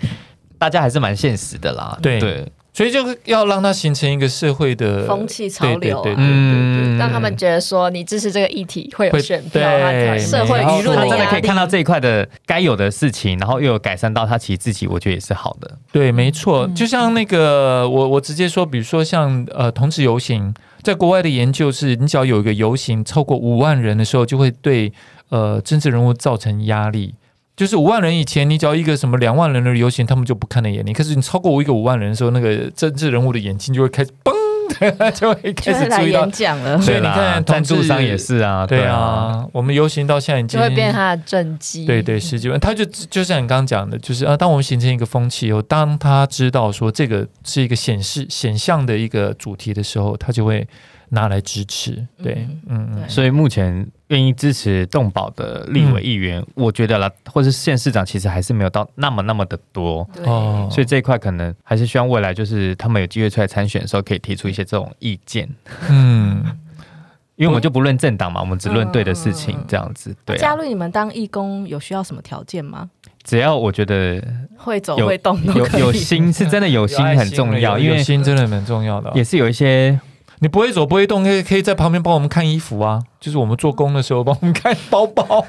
D: 大家还是蛮现实的啦。
C: 对
D: 对，
C: 所以就是要让它形成一个社会的
A: 风气潮流啊
C: 对对对对
D: 嗯
C: 对对
A: 让他们觉得说你支持这个议题会有
C: 嗯会
A: 选票，
C: 对
A: 然后才有社会
C: 没
A: 舆
C: 错
A: 论
D: 他真的
A: 压
D: 可以
A: 力。
D: 看到这一块的该有的事情，然后又有改善到他其实自己，我觉得也是好的。
C: 对，没错，就像那个我我直接说，比如说像呃同志游行，在国外的研究是，你只要有一个游行超过五万人的时候，就会对呃政治人物造成压力。就是五万人以前，你只要一个什么两万人的游行，他们就不看在眼里。可是你超过一个五万人的时候，那个政治人物的眼睛就会开始嘣， 就会开
F: 就是
C: 始
F: 来
C: 注意到
F: 演。讲了，
C: 所以你
D: 对啦
C: 看同
D: 赞助
C: 志
D: 商也是啊，
C: 对，啊，我们游行到现在已经
A: 就会变成他的政绩，
C: 对对，十几万，他就就像你刚刚讲的，就是啊，当我们形成一个风气以后，当他知道说这个是一个显示显象的一个主题的时候，他就会拿来支持。对，嗯嗯，
D: 所以目前愿意支持动保的立
F: 嗯
D: 委议员，我觉得啦，或是县市长，其实还是没有到那么那么的多。
F: 对
C: 哦，
D: 所以这一块可能还是希望未来就是他们有机会出来参选的时候，可以提出一些这种意见，
C: 嗯，
D: 因为我们就不论政党嘛，我们只论对的事情这样子。对
F: 嗯加
D: 啊，
F: 入你们当义工有需要什么条件吗？
D: 只要我觉得
F: 会走
D: 有
F: 会动 都
D: 有
F: 可以
D: 有心，是真的 有心很重要，因
C: 有
D: 为
C: 心真的蛮重要的哦。
D: 也是有一些
C: 你不会走不会动，可以可以在旁边帮我们看衣服啊，就是我们做工的时候帮我们看包包。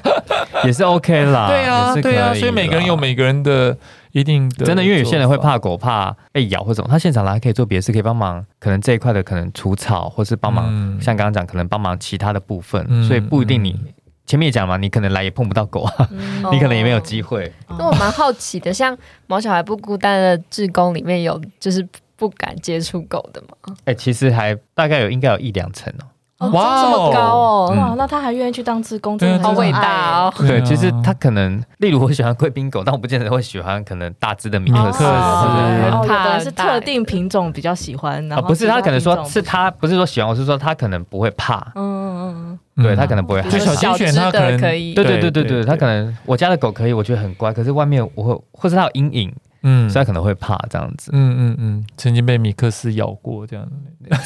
D: 也是 OK 啦，
C: 对啊，
D: 啊也是可
C: 对啊，所以每个人有
D: 啦
C: 每个人的一定的，
D: 真的，因为有些人会。怕狗、怕被咬或什么，他现场来可以做别的事，可以帮忙，可能这一块的可能除草，或是帮忙，
C: 嗯
D: 像刚刚讲，可能帮忙其他的部分，
C: 嗯
D: 所以不一定你。前面也讲嘛，你可能来也碰不到狗
E: 哦
D: 啊， 你可能也没有机会。
A: 那我蛮好奇的，像毛小孩不孤单的志工里面有就是不敢接触狗的吗？
D: 哎、其实还大概有应该有一两层哦。
A: 哦，
C: 哇哦
A: 这么高哦，
D: 嗯
E: 哇，那他还愿意去当志工，
C: 对
E: 真
C: 啊
E: 的很
A: 好伟
E: 爱
A: 大哦！
D: 对，
C: 啊
D: 其实他可能，例如我喜欢贵宾狗，但我不见得会喜欢可能大只的米
C: 米
D: 克
C: 克
D: 斯，啊
C: 斯
E: 哦，
A: 很
E: 有
A: 怕
E: 的人是
A: 很大
E: 特定品种比较喜欢，然
D: 啊，
E: 后
D: 不是
E: 其
D: 他可能
E: 品
D: 说
E: 种
D: 是
E: 不，
D: 他不是说喜欢，我是说他可能不会怕，
E: 嗯嗯
D: 对他可
C: 能
D: 能不会
E: 就
D: 害
C: 就
E: 比
C: 小
E: 如说
D: 怕。
C: 型犬，
A: 小只
C: 它可能
A: 的可以
D: 对对对对对，他可能我家的狗可以，我觉得很乖，可是外面我会或是它有阴影，
C: 嗯
D: 所以它可能会怕这样子
C: 嗯嗯嗯，曾经被米克斯咬过这样。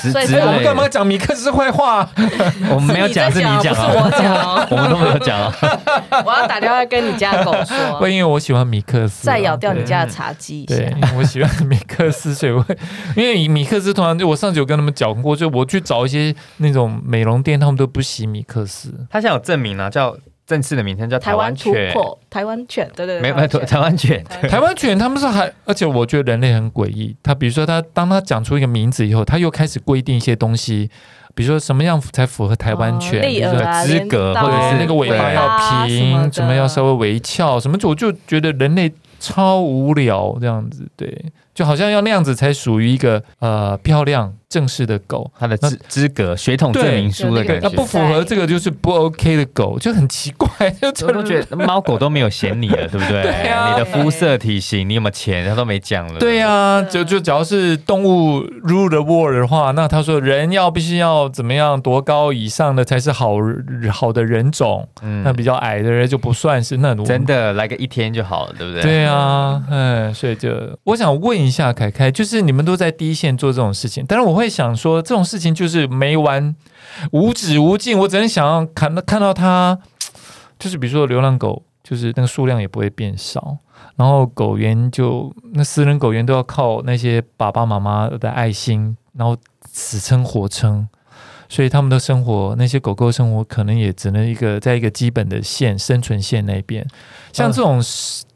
D: 之
E: 所以
D: 之
E: 对
C: 哎，我们
D: 类
C: 干嘛
D: 的。
C: 讲米克斯坏话？
D: 我
E: 嗯
D: 们没有讲，是你讲
E: 不是
D: 啊，
E: 我讲哦，
D: 我们都没有讲啊。
E: 我要打电话跟你家的 狗
C: 不，
E: 说，
C: 因为我喜欢米克
F: 啊
C: 斯啊。
F: 再咬掉你
C: 对
F: 家的茶几一下。
C: 对，因为我喜欢米克斯，所以我因为米克斯通常就我上次有跟他们讲过，就我去找一些那种美容店，他们都不洗米克斯。
D: 他现在有证明啊，叫正式的名称叫
E: 台湾土
D: 犬，
E: 狗，台湾犬，对对对，
D: 没有
E: 台
D: 没有
E: 湾犬
D: 台湾犬，
C: 台湾犬他们是还，而且我觉得人类很诡异。他比如说他当他讲出一个名字以后，他又开始规定一些东西，比如说什么样才符合台湾犬，
E: 哦
C: 比
E: 立
C: 如
E: 耳
C: 说
E: 啊，
D: 资格
E: 镰刀
D: 或者
C: 对
D: 是
C: 那个尾巴
D: 对
C: 要
E: 尾巴
C: 平，什
E: 啊什
C: 么
E: 么
C: 要
E: 的
C: 稍微微翘，什么我就觉得人类超无聊这样子，对，就好像要那样子才属于一个呃漂亮正式的狗。
D: 它的资资格血统证明书的感
E: 对
C: 那
D: 觉。
C: 不符合这个就是不 OK 的狗，就很奇怪， 就这
D: 我都 觉得猫狗都没有嫌你了，对不对？
C: 对啊
D: 你的肤色、体型，你有没有钱，他都没讲了。
C: 对呀、就就只要是动物 rule the world 的话，那他说人要必须要怎么样多高以上的才是好好的人种，
D: 嗯
C: 那比较矮的人就不算是那种
D: 真。的来个一天就好了，对不对？
C: 对啊，嗯，所以就我想问一下凯凯，就是你们都在第一线做这种事情，但是我会想说，这种事情就是没完，无止无尽。我只能想要看到看到它，就是比如说流浪狗，就是那个数量也不会变少，然后狗园就那私人狗园都要靠那些爸爸妈妈的爱心，然后死撑活撑。所以他们的生活，那些狗狗的生活可能也只能一个在一个基本的线生存线那边。像这种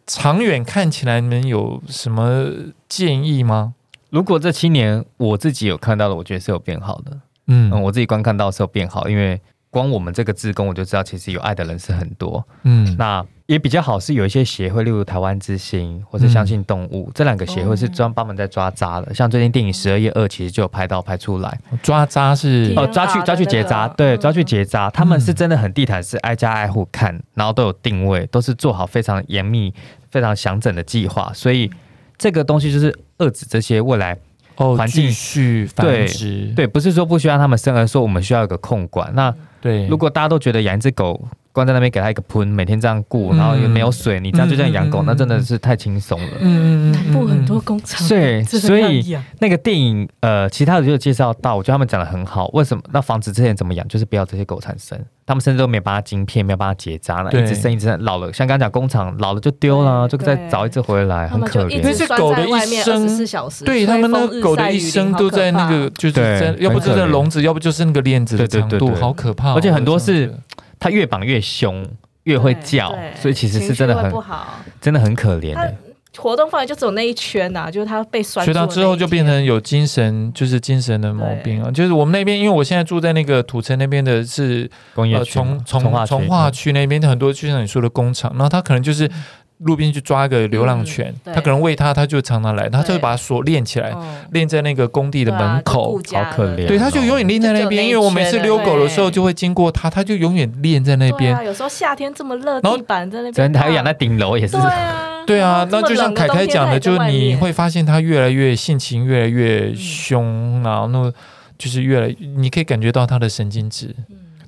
C: 长远看起来，你们有什么建议吗？
D: 如果这七年我自己有看到的，我觉得是有变好的。
C: 嗯
D: 嗯，我自己观看到是有变好，因为光我们这个志工，我就知道其实有爱的人是很多。
C: 嗯
D: 那也比较好是有一些协会，例如台湾之星或是相信动物、这两个协会是专帮忙在抓渣的。像最近电影《十二夜二》其实就有拍到拍出来，
C: 抓渣是
E: 天
D: 哦，
E: 啊
D: 抓去抓去
E: 真的
D: 结扎，对，
E: 嗯
D: 抓去结扎，他们是真的很地毯式，挨家挨户看，然后都有定位，都是做好非常严密、非常详整的计划，所以这个东西就是遏制这些未来
C: 哦，
D: 环境
C: 继续繁
D: 对
C: 殖，
D: 对，不是说不需要他们生，而是说我们需要有个控管。那
C: 对，
D: 如果大家都觉得养一只狗关在那边给它一个喷，每天这样顾，
C: 嗯
D: 然后又没有水，你这样就这样养
C: 嗯
D: 狗，
C: 嗯嗯
D: 那真的是太轻松了。
C: 嗯
F: 南部很多工厂，
D: 对
F: 真的
D: 所以
F: 要养
D: 那个电影，呃，其他的就有介绍到，我觉得他们讲的很好。为什么？那防止这些人怎么养，就是不要这些狗产生，他们甚至都没帮它晶片，没有帮它结扎了，
C: 对
D: 一直生一直生老了。像刚刚讲工厂老了就丢了，就
E: 对
D: 再找一只回来，
E: 他
D: 很
E: 们
D: 可
E: 就一
C: 因为
E: 直
C: 这
D: 怜。
E: 拴
C: 狗的
E: 在
C: 一
E: 外面二
C: 生
E: 十四小时，
C: 对他们那
E: 吹
C: 个
E: 风
C: 狗
E: 日晒
C: 的一
E: 雨淋
C: 生
E: 好
C: 都
E: 可
C: 在那
E: 怕
C: 个，就是
D: 对
C: 在，要不就在
D: 很可怜
C: 笼子，要不就是那个链子的
D: 对对
C: 长
D: 对
C: 度，
D: 对
C: 好可怕哦。
D: 而且很多
C: 我真的
D: 是
C: 觉得
D: 它越绑越凶，越会叫，
E: 对
D: 所以其实
E: 情
D: 是
E: 绪
D: 真的
E: 会
D: 很
E: 不好。
D: 真的很可怜
E: 它
D: 的。
E: 活动范围就只有那一圈呐、就是它被
C: 所
E: 拴住
C: 以
E: 的
C: 到
E: 那一天。
C: 之后就变成有精神，就是精神的毛病啊。就是我们那边，因为我现在住在那个土城那边的是
D: 工业
C: 呃，
D: 区
C: 从
D: 嘛、
C: 从
D: 化
C: 从
D: 区嗯
C: 化区那边很多，就像你说的工厂，然后他可能就是路边去抓个流浪犬，
E: 嗯对
C: 他可能喂它，它就常常来，他就会把它锁链起来，
E: 嗯
C: 链在那个工哎地的
E: 对啊
C: 门
E: 就
C: 口
E: 顾。家
D: 好可
E: 了
D: 怜
C: 对，它就永远链在
A: 就
C: 那
A: 只有
C: 边，
A: 那一
C: 因为我每次
A: 圈的
C: 遛狗的时候
E: 对
C: 就会经过它，它就永远链在那
E: 对
C: 边
E: 啊，。有时候夏天这么热，
C: 然后
E: 地板在那边
D: 真的还有养在
E: 那
D: 顶楼也是
E: 对。啊，
C: 对啊，
E: 然后
C: 那
E: 这么
C: 就像
E: 冷
C: 凯凯
E: 冬天
C: 讲的，
E: 它
C: 就
E: 也在
C: 是
E: 外
C: 你
E: 面嗯
C: 会发现它越来越性情越来越凶，然后那就是越来，你可以感觉到它的神经质。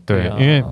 D: 对，
C: 啊
D: 因为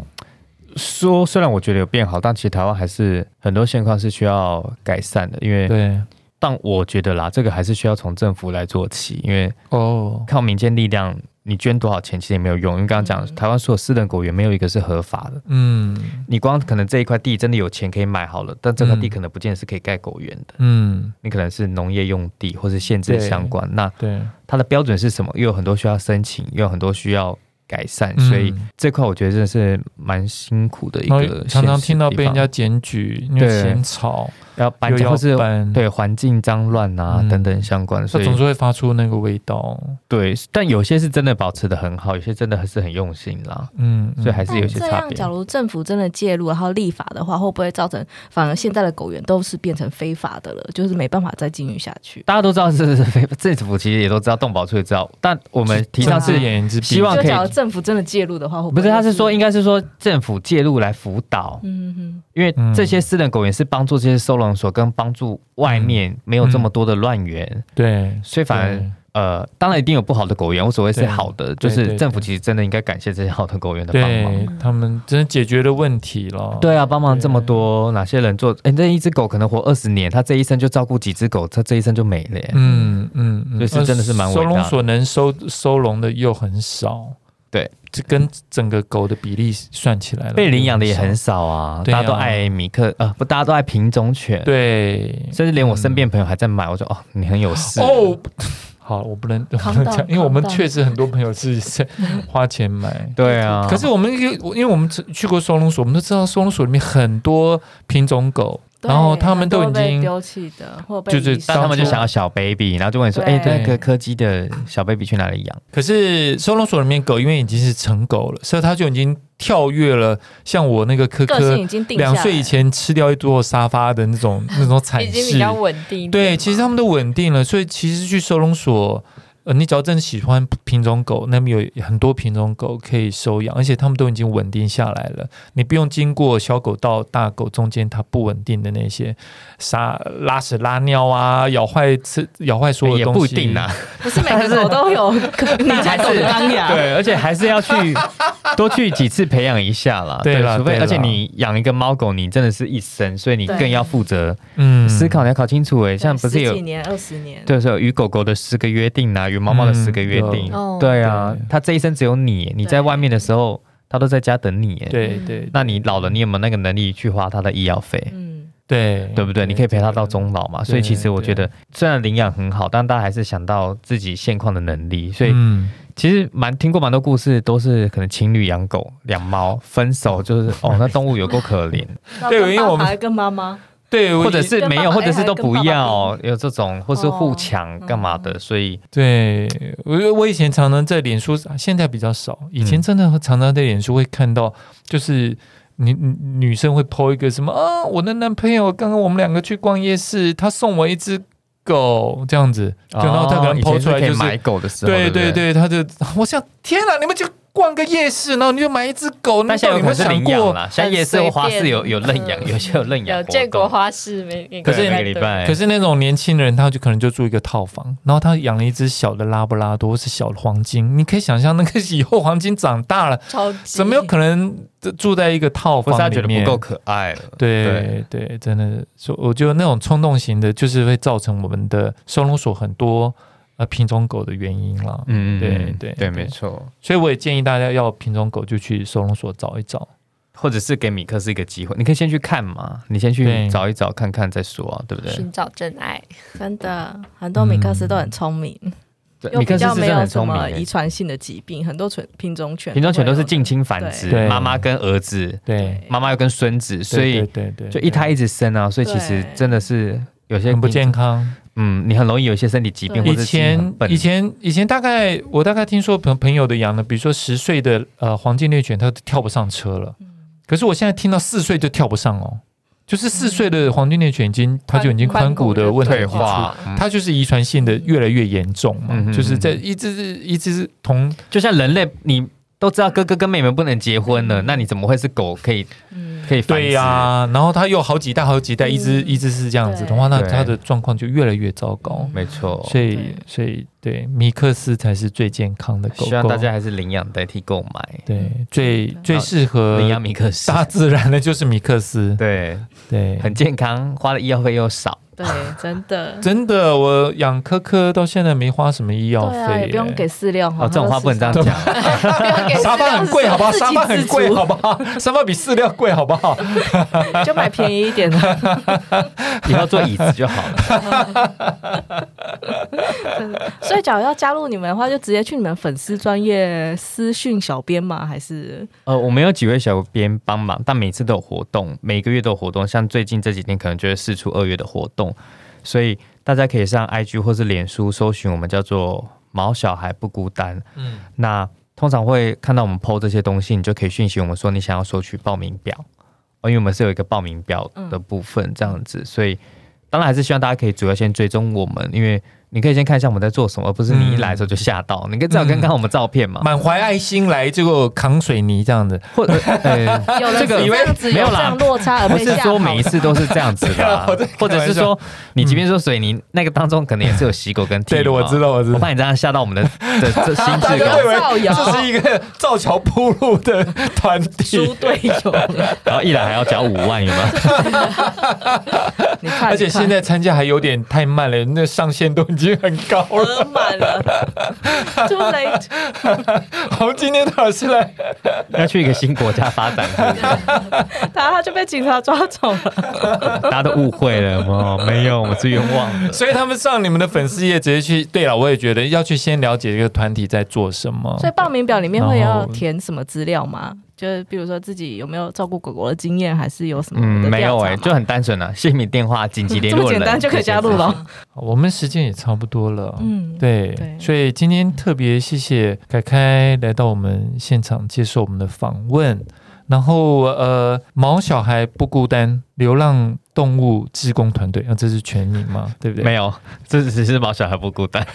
D: 说虽然我觉得有变好，但其实台湾还是很多现况是需要改善的，因为
C: 对
D: 但我觉得啦，这个还是需要从政府来做起，因为
C: 哦，
D: 靠民间力量，你捐多少钱其实也没有用。因为刚刚讲，台湾所有私人狗园没有一个是合法的。
C: 嗯
D: 你光可能这一块地真的有钱可以买好了，但这块地
C: 嗯
D: 可能不见得是可以盖狗园的，
C: 嗯，
D: 你可能是农业用地或是限制相关。那
C: 对，
D: 它的标准是什么？又有很多需要申请，又有很多需要改善，所以
C: 嗯
D: 这块我觉得真的是蛮辛苦的一
C: 然
D: 个。
C: 后常常听到被人家，检举，因为
D: 对
C: 嫌吵，
D: 要搬
C: 又
D: 家
C: 要
D: 或是
C: 搬，，
D: 对环境脏乱啊、
C: 嗯
D: 等等相关，所
C: 它
D: 以
C: 总是会发出那个味道。
D: 对，但有些是真的保持的很好，有些真的还是很用心啦，
C: 嗯，嗯
D: 所以还是有些
F: 这
D: 差
F: 样，
D: 别
F: 假。如政府真的介入，然后立法的话，会不会造成反而现在的狗园都是变成非法的了，就是没办法再经营下去？
D: 大家都知道这是非政府其实也都知道，动保处也知道，但我们提倡
C: 睁
D: 是
C: 只眼之
D: 希望
F: 就
D: 可以
F: 假如政府真的介入的话，会
D: 不
F: 会
D: 是？他是
F: 又
D: 说，应该是说政府介入来辅导，
F: 嗯嗯
D: 因为这些私人狗园是帮助这些收容所跟帮助外
C: 嗯
D: 面没有这么多的乱源，
C: 对，
D: 所以反而
C: 对
D: 呃，当然一定有不好的狗园，无所谓是
C: 对
D: 好的，就
C: 对
D: 是
C: 对
D: 政府其实真的应该感谢这些好的狗园的帮忙。
C: 对他们真的解决了问题了。
D: 对啊，帮忙这么多，哪些人做？哎，那一只狗可能活二十年，它这一生就照顾几只狗，它这一生就没了耶。
C: 嗯，嗯嗯，
D: 就是真的是蛮伟大
C: 收
D: 的
C: 容所能收收容的又很少，
D: 对，
C: 这跟整个狗的比例算起来了，
D: 被领养的也很。少啊，
C: 对啊
D: 大家都爱米克，呃，不，大家都爱品种犬，，
C: 对，
D: 甚至连我身边朋友还在买，我说哦，你很有事，
C: 哦，好，我不能我不
F: Calm
C: 能
F: down，
C: 讲，因为我们
F: calm down
C: 确实很多朋友是 是花钱买。
D: 对啊，
C: 可是我们因为因为我们去过收容所，我们都知道收容所里面很多品种狗，
F: 对
C: 然后他们都已
F: 很多被
C: 经
F: 丢弃的，或被
C: 就是
F: 遗弃
D: 但他们就
C: 当初
D: 想要小 baby，然后就问你说，
F: 对
D: 哎，那个柯基的小 baby 去哪里养？
C: 可是收容所里面狗因为已经是成狗了，所以它就已经跳跃了，像我那个科
F: 个
C: 科
F: 性已经定下来
C: 两岁以前吃掉一座沙发的那种那 种惨
A: 已经比
C: 势。
A: 较稳定。
C: 对，其实他们都稳定了，所以其实去收容所，呃，你只要真的喜欢品种狗，那边有很多品种狗可以收养，而且他们都已经稳定下来了，你不用经过小狗到大狗中间它不稳定的那些沙拉屎拉尿啊，咬坏吃咬坏所有
D: 也
C: 东西
D: 不一定啊，
F: 不 是每个狗都有，你家 狗的钢牙。
D: 对，而且还 是要去多去几次培养一下啦。
C: 对啦
D: 除非
C: 对啦
D: 而且你养一个猫狗，你真的是一生，所以你
F: 对
D: 更要负责
C: 嗯，
D: 思考，你要搞清楚哎，像不是
F: 十
D: 有
F: 几年、二十年，
D: 对，是有与狗狗的十个约定啊，与猫猫的十个约定
C: 嗯。
A: 有
D: 对啊
C: 对，
D: 它这一生只有你，你在外面的时候，它都在家等你。哎，
C: 对对
D: 那你老了，你有没有那个能力去花它的医药费？
F: 嗯，
C: 对
D: 对不对？你可以陪它到终老嘛。所以其实我觉得，虽然领养很好，但大家还是想到自己现况的能力。所以
C: 嗯，
D: 其实蛮听过蛮多故事，都是可能情侣养狗、养猫分手，
C: 嗯
D: 就是哦，那动物有够可怜，
C: 对因为我们
F: 还跟妈妈
C: 对，
D: 或者是没
F: 跟爸
D: 有，
F: 爸
D: 或者是都不
F: 跟爸哦嗯
D: 要
F: 爸，
D: 有这种，或是互抢干嘛的，所以
C: 对我我以前常常在脸书，现在比较少，以前真的常常在脸书会看到，就是。女女女生会 po 一个什么啊？我的男朋友刚刚我们两个去逛夜市，他送我一只狗，这样子，就
D: 哦
C: 然后他可能
D: 以前
C: po 出来
D: 可
C: 就
D: 以
C: 是
D: 买狗的时候，
C: 对对
D: 对不。
C: 对，他就我想天哪，你们就逛个夜市，然后你就买一只狗，那
D: 但现在
C: 到底有没
D: 有可能
C: 有
D: 是
C: 想
D: 领养哎
C: 过？
D: 啦，现在夜市或花市有有
A: 很随
D: 认
A: 便
F: 嗯
D: 养，有些有认养
A: 有
D: 活动，
A: 建国花市没？
D: 可是
A: 每
D: 每个礼拜，
C: 可是那种年轻人，他就可能就住一个套房，然后他养了一只小的拉布拉多或是小的黄金，你可以想象那个以后黄金长大了，
A: 超级
C: 怎么有可能住在一个套
D: 或是他
C: 房
D: 觉
C: 里
D: 得
C: 面？
D: 不够可爱了，
C: 对对真的，所以我觉得那种冲动型的，就是会造成我们的收容所很多呃品种狗的原因啦。
D: 嗯嗯，
C: 对
D: 嗯
C: 对
D: 对，
C: 对
D: 没错。
C: 所以我也建议大家要品种狗就去收容所找一找。
D: 或者是给米克斯一个机会，你可以先去看嘛，你先去
C: 对
D: 找一找看看再说啊，对不对？
A: 寻找真爱？
F: 真的很多米克斯都很聪明，
E: 嗯
D: 对
F: 又
D: 米克
F: 比
D: 斯
F: 较
D: 是真
F: 没
D: 的
F: 有
D: 很
F: 什
D: 聪明欸
F: 么
C: 欸
D: 的，
F: 遗传性的疾病，很多纯品种犬，
D: 品种犬都是近亲繁殖，
C: 对
D: 妈妈跟儿子，
C: 对，
D: 妈妈又跟孙子，所以
C: 对对对，
D: 就一胎一直生啊，所以
F: 对
D: 其实真的是有些
C: 很不
D: 品种
C: 健康。
D: 嗯，你很容易有一些身体疾病，
F: 对
D: 或
C: 以
D: 者是自己很
C: 前
D: 笨
C: 以前以前大概我大概听说朋朋友的养的，比如说十岁的呃黄金猎犬，它都跳不上车了。可是我现在听到四岁就跳不上哦，就是四岁的黄金猎犬已经它就已经嗯髋骨的问题
D: 退化，嗯
C: 它就是遗传性的越来越严重嘛，
D: 嗯哼
C: 就是在一直是一直是同
D: 就像人类，你都知道哥哥跟妹妹不能结婚了，那你怎么会是狗可以
E: 嗯
D: 可以繁殖？
C: 对呀、然后它又好几代好几代一直、一直是这样子的话，那
D: 对
C: 它的状况就越来越糟糕。
D: 没错，
C: 所以所以嗯对米克斯才是最健康的狗狗，
D: 希望大家还是领养代替购买，
C: 对
E: 嗯
C: 最最适合
D: 领养米克斯，
C: 大自然的就是米克斯，
D: 呃对，
C: 对，。
D: 很健康，花的医药费又少，
E: 对，啊真 的
C: 真的，我养科科到现在没花什么医药费、欸
E: 对啊，也不用给饲料哈。
D: 哦，这种话不能这样
E: 它都
D: 讲。
E: 是，
C: 沙发很贵，好不好？
E: 自给
C: 沙
E: 自足
C: 发很贵，好不好？ 沙发比饲料贵，好不好？
E: 就买便宜一点的，
D: 以后坐椅子就好了。
E: 所以，假如要加入你们的话，就直接去你们粉丝专业私讯小编吗？还是
D: 呃，我们有几位小编帮忙，但每次都有活动，每个月都有活动。像最近这几天可能就会试出二月的活动，所以大家可以上 IG 或是脸书搜寻我们叫做“毛小孩不孤单”。
C: 嗯，
D: 那通常会看到我们 PO 这些东西，你就可以讯息我们说你想要索取报名表，哦，因为我们是有一个报名表的部分这样子，所以当然还是希望大家可以主要先追踪我们，因为你可以先看一下我们在做什么，而不是你一来的时候就吓到，你可以至少看看我们照片嘛，
C: 满怀爱心来，结果扛水泥这样子，，
D: 或者呃
F: 有人
D: 这个
F: 是这样子
D: 没
F: 有
D: 有
F: 这
D: 啦
F: 样落差而
D: 不
F: 被
D: 是
F: 吓
D: 说
F: 跑
D: 每一次都是这样子的啦
C: 哎 我在开
D: 或者
C: 玩
D: 是
C: 笑嗯
D: 说你即便说水泥那个当中可能也是有洗狗跟剃
C: 对的，我
D: 毛
C: 知。道，我知
D: 我
C: 道。
D: 怕你这样吓到我 们的的这心
C: 大家
D: 智跟
C: 都以为
F: 造谣
C: 这是一个造桥铺路的团
E: 猪
C: 体，
E: 队友？
D: 然后一来还要交五万，有没有？
E: 你看，
C: 而且现在参加还有点太慢了，那上限都已经很高了。
E: 额 满了，too late。
C: 我们今天老师来，
D: 要去一个新国家发展，是不
E: 然后他就被警察抓 走了。
D: 是大家都误会了哦，没有，我们是冤 枉的。
C: 所以他们上你们的粉丝页直接去。对了，我也觉得要去先了解这个团体在做什么。
E: 所以报名表里面会
C: 然后
E: 要填什么资料吗？就是比如说自己有没有照顾狗狗的经验，还是有什么
D: 嗯，
E: 的
D: 没有
E: 调查
D: 哎、
E: 吗
D: 就很单纯啊，姓名、电话、紧急联
E: 这
D: 络
E: 么
D: 人，
E: 简单就可以加入了。
C: 我们时间也差不多了，
E: 嗯，
C: 对，
E: 对
C: 所以今天特别谢谢凯凯来到我们现场接受我们的访问。然后呃，毛小孩不孤单，流浪动物志工团队，啊，这是全名吗？对不对？
D: 没有，这只是毛小孩不孤单。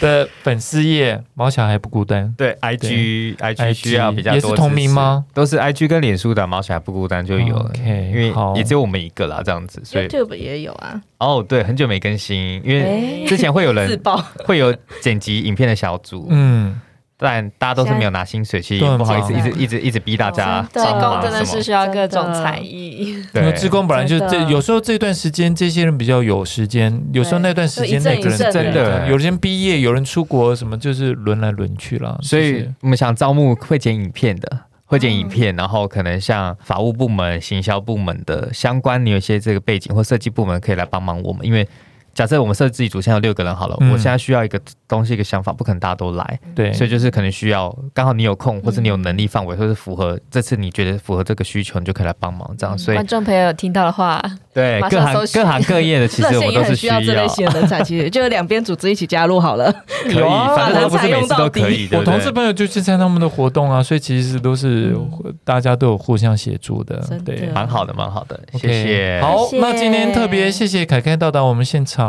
C: 的粉丝页，毛小孩不孤单。
D: 对，IG IG 需要比较多
C: 也是同名吗
D: 支持？都是 IG 跟脸书的毛小孩不孤单就有了
C: OK，
D: 因为
C: 好
D: 也只有我们一个啦，这样子。所以
F: YouTube 也有啊，
D: 哦，对，很久没更新，因为之前会有
E: 哎 自
D: 人
E: 爆。
D: 会有剪辑影片的小组，
C: 嗯，
D: 但大家都是没有拿薪水，其实
C: 对
D: 不好意思，一
F: 忙
D: 直一直一直逼大家
F: 真的
D: 帮
A: 志
D: 忙
A: 工真的
D: 啊什么
A: 是需要各种
F: 真的
A: 才艺，
C: 因为
D: 对
C: 志工本来就
F: 真的
C: 这，有时候这段时间这些人比较有时间，有时候那段时间
E: 就一阵
C: 那个人
E: 一阵
D: 的
C: 有人毕业，有人出国，什么就是轮来轮去了。
D: 所
C: 就
D: 以
C: 是
D: 我们想招募会剪影片的，会剪影片，然后可能像法务部门、行销部门的相关，你有一些这个背景或设计部门可以来帮忙我们，因为。假设我们设计组现在有六个人好了，
C: 嗯
D: 我现在需要一个东西、一个想法，不可能大家都来，
C: 对，
D: 所以就是可能需要刚好你有空，或是你有能力范围，或是符合这次你觉得符合这个需求，你就可以来帮忙这样。所以
A: 观众朋友听到的话，
D: 对
A: 马
D: 各
A: 上
D: 行
A: 搜寻
D: 各行各业的，其实我们
F: 也
D: 都是
F: 很需要这类型的人才，其实就两边组织一起加入好了。
D: 可以，反正都不是每次都可以。对
C: 我
D: 不对
C: 同事朋友就去参加他们的活动啊，所以其实都是大家都有互相协助的
E: 真，的
C: 对。
D: 蛮好的，蛮好的，
C: OK，
D: 谢谢。
C: 好，
A: 谢谢
C: 那今天特别谢谢凯凯到达我们现场，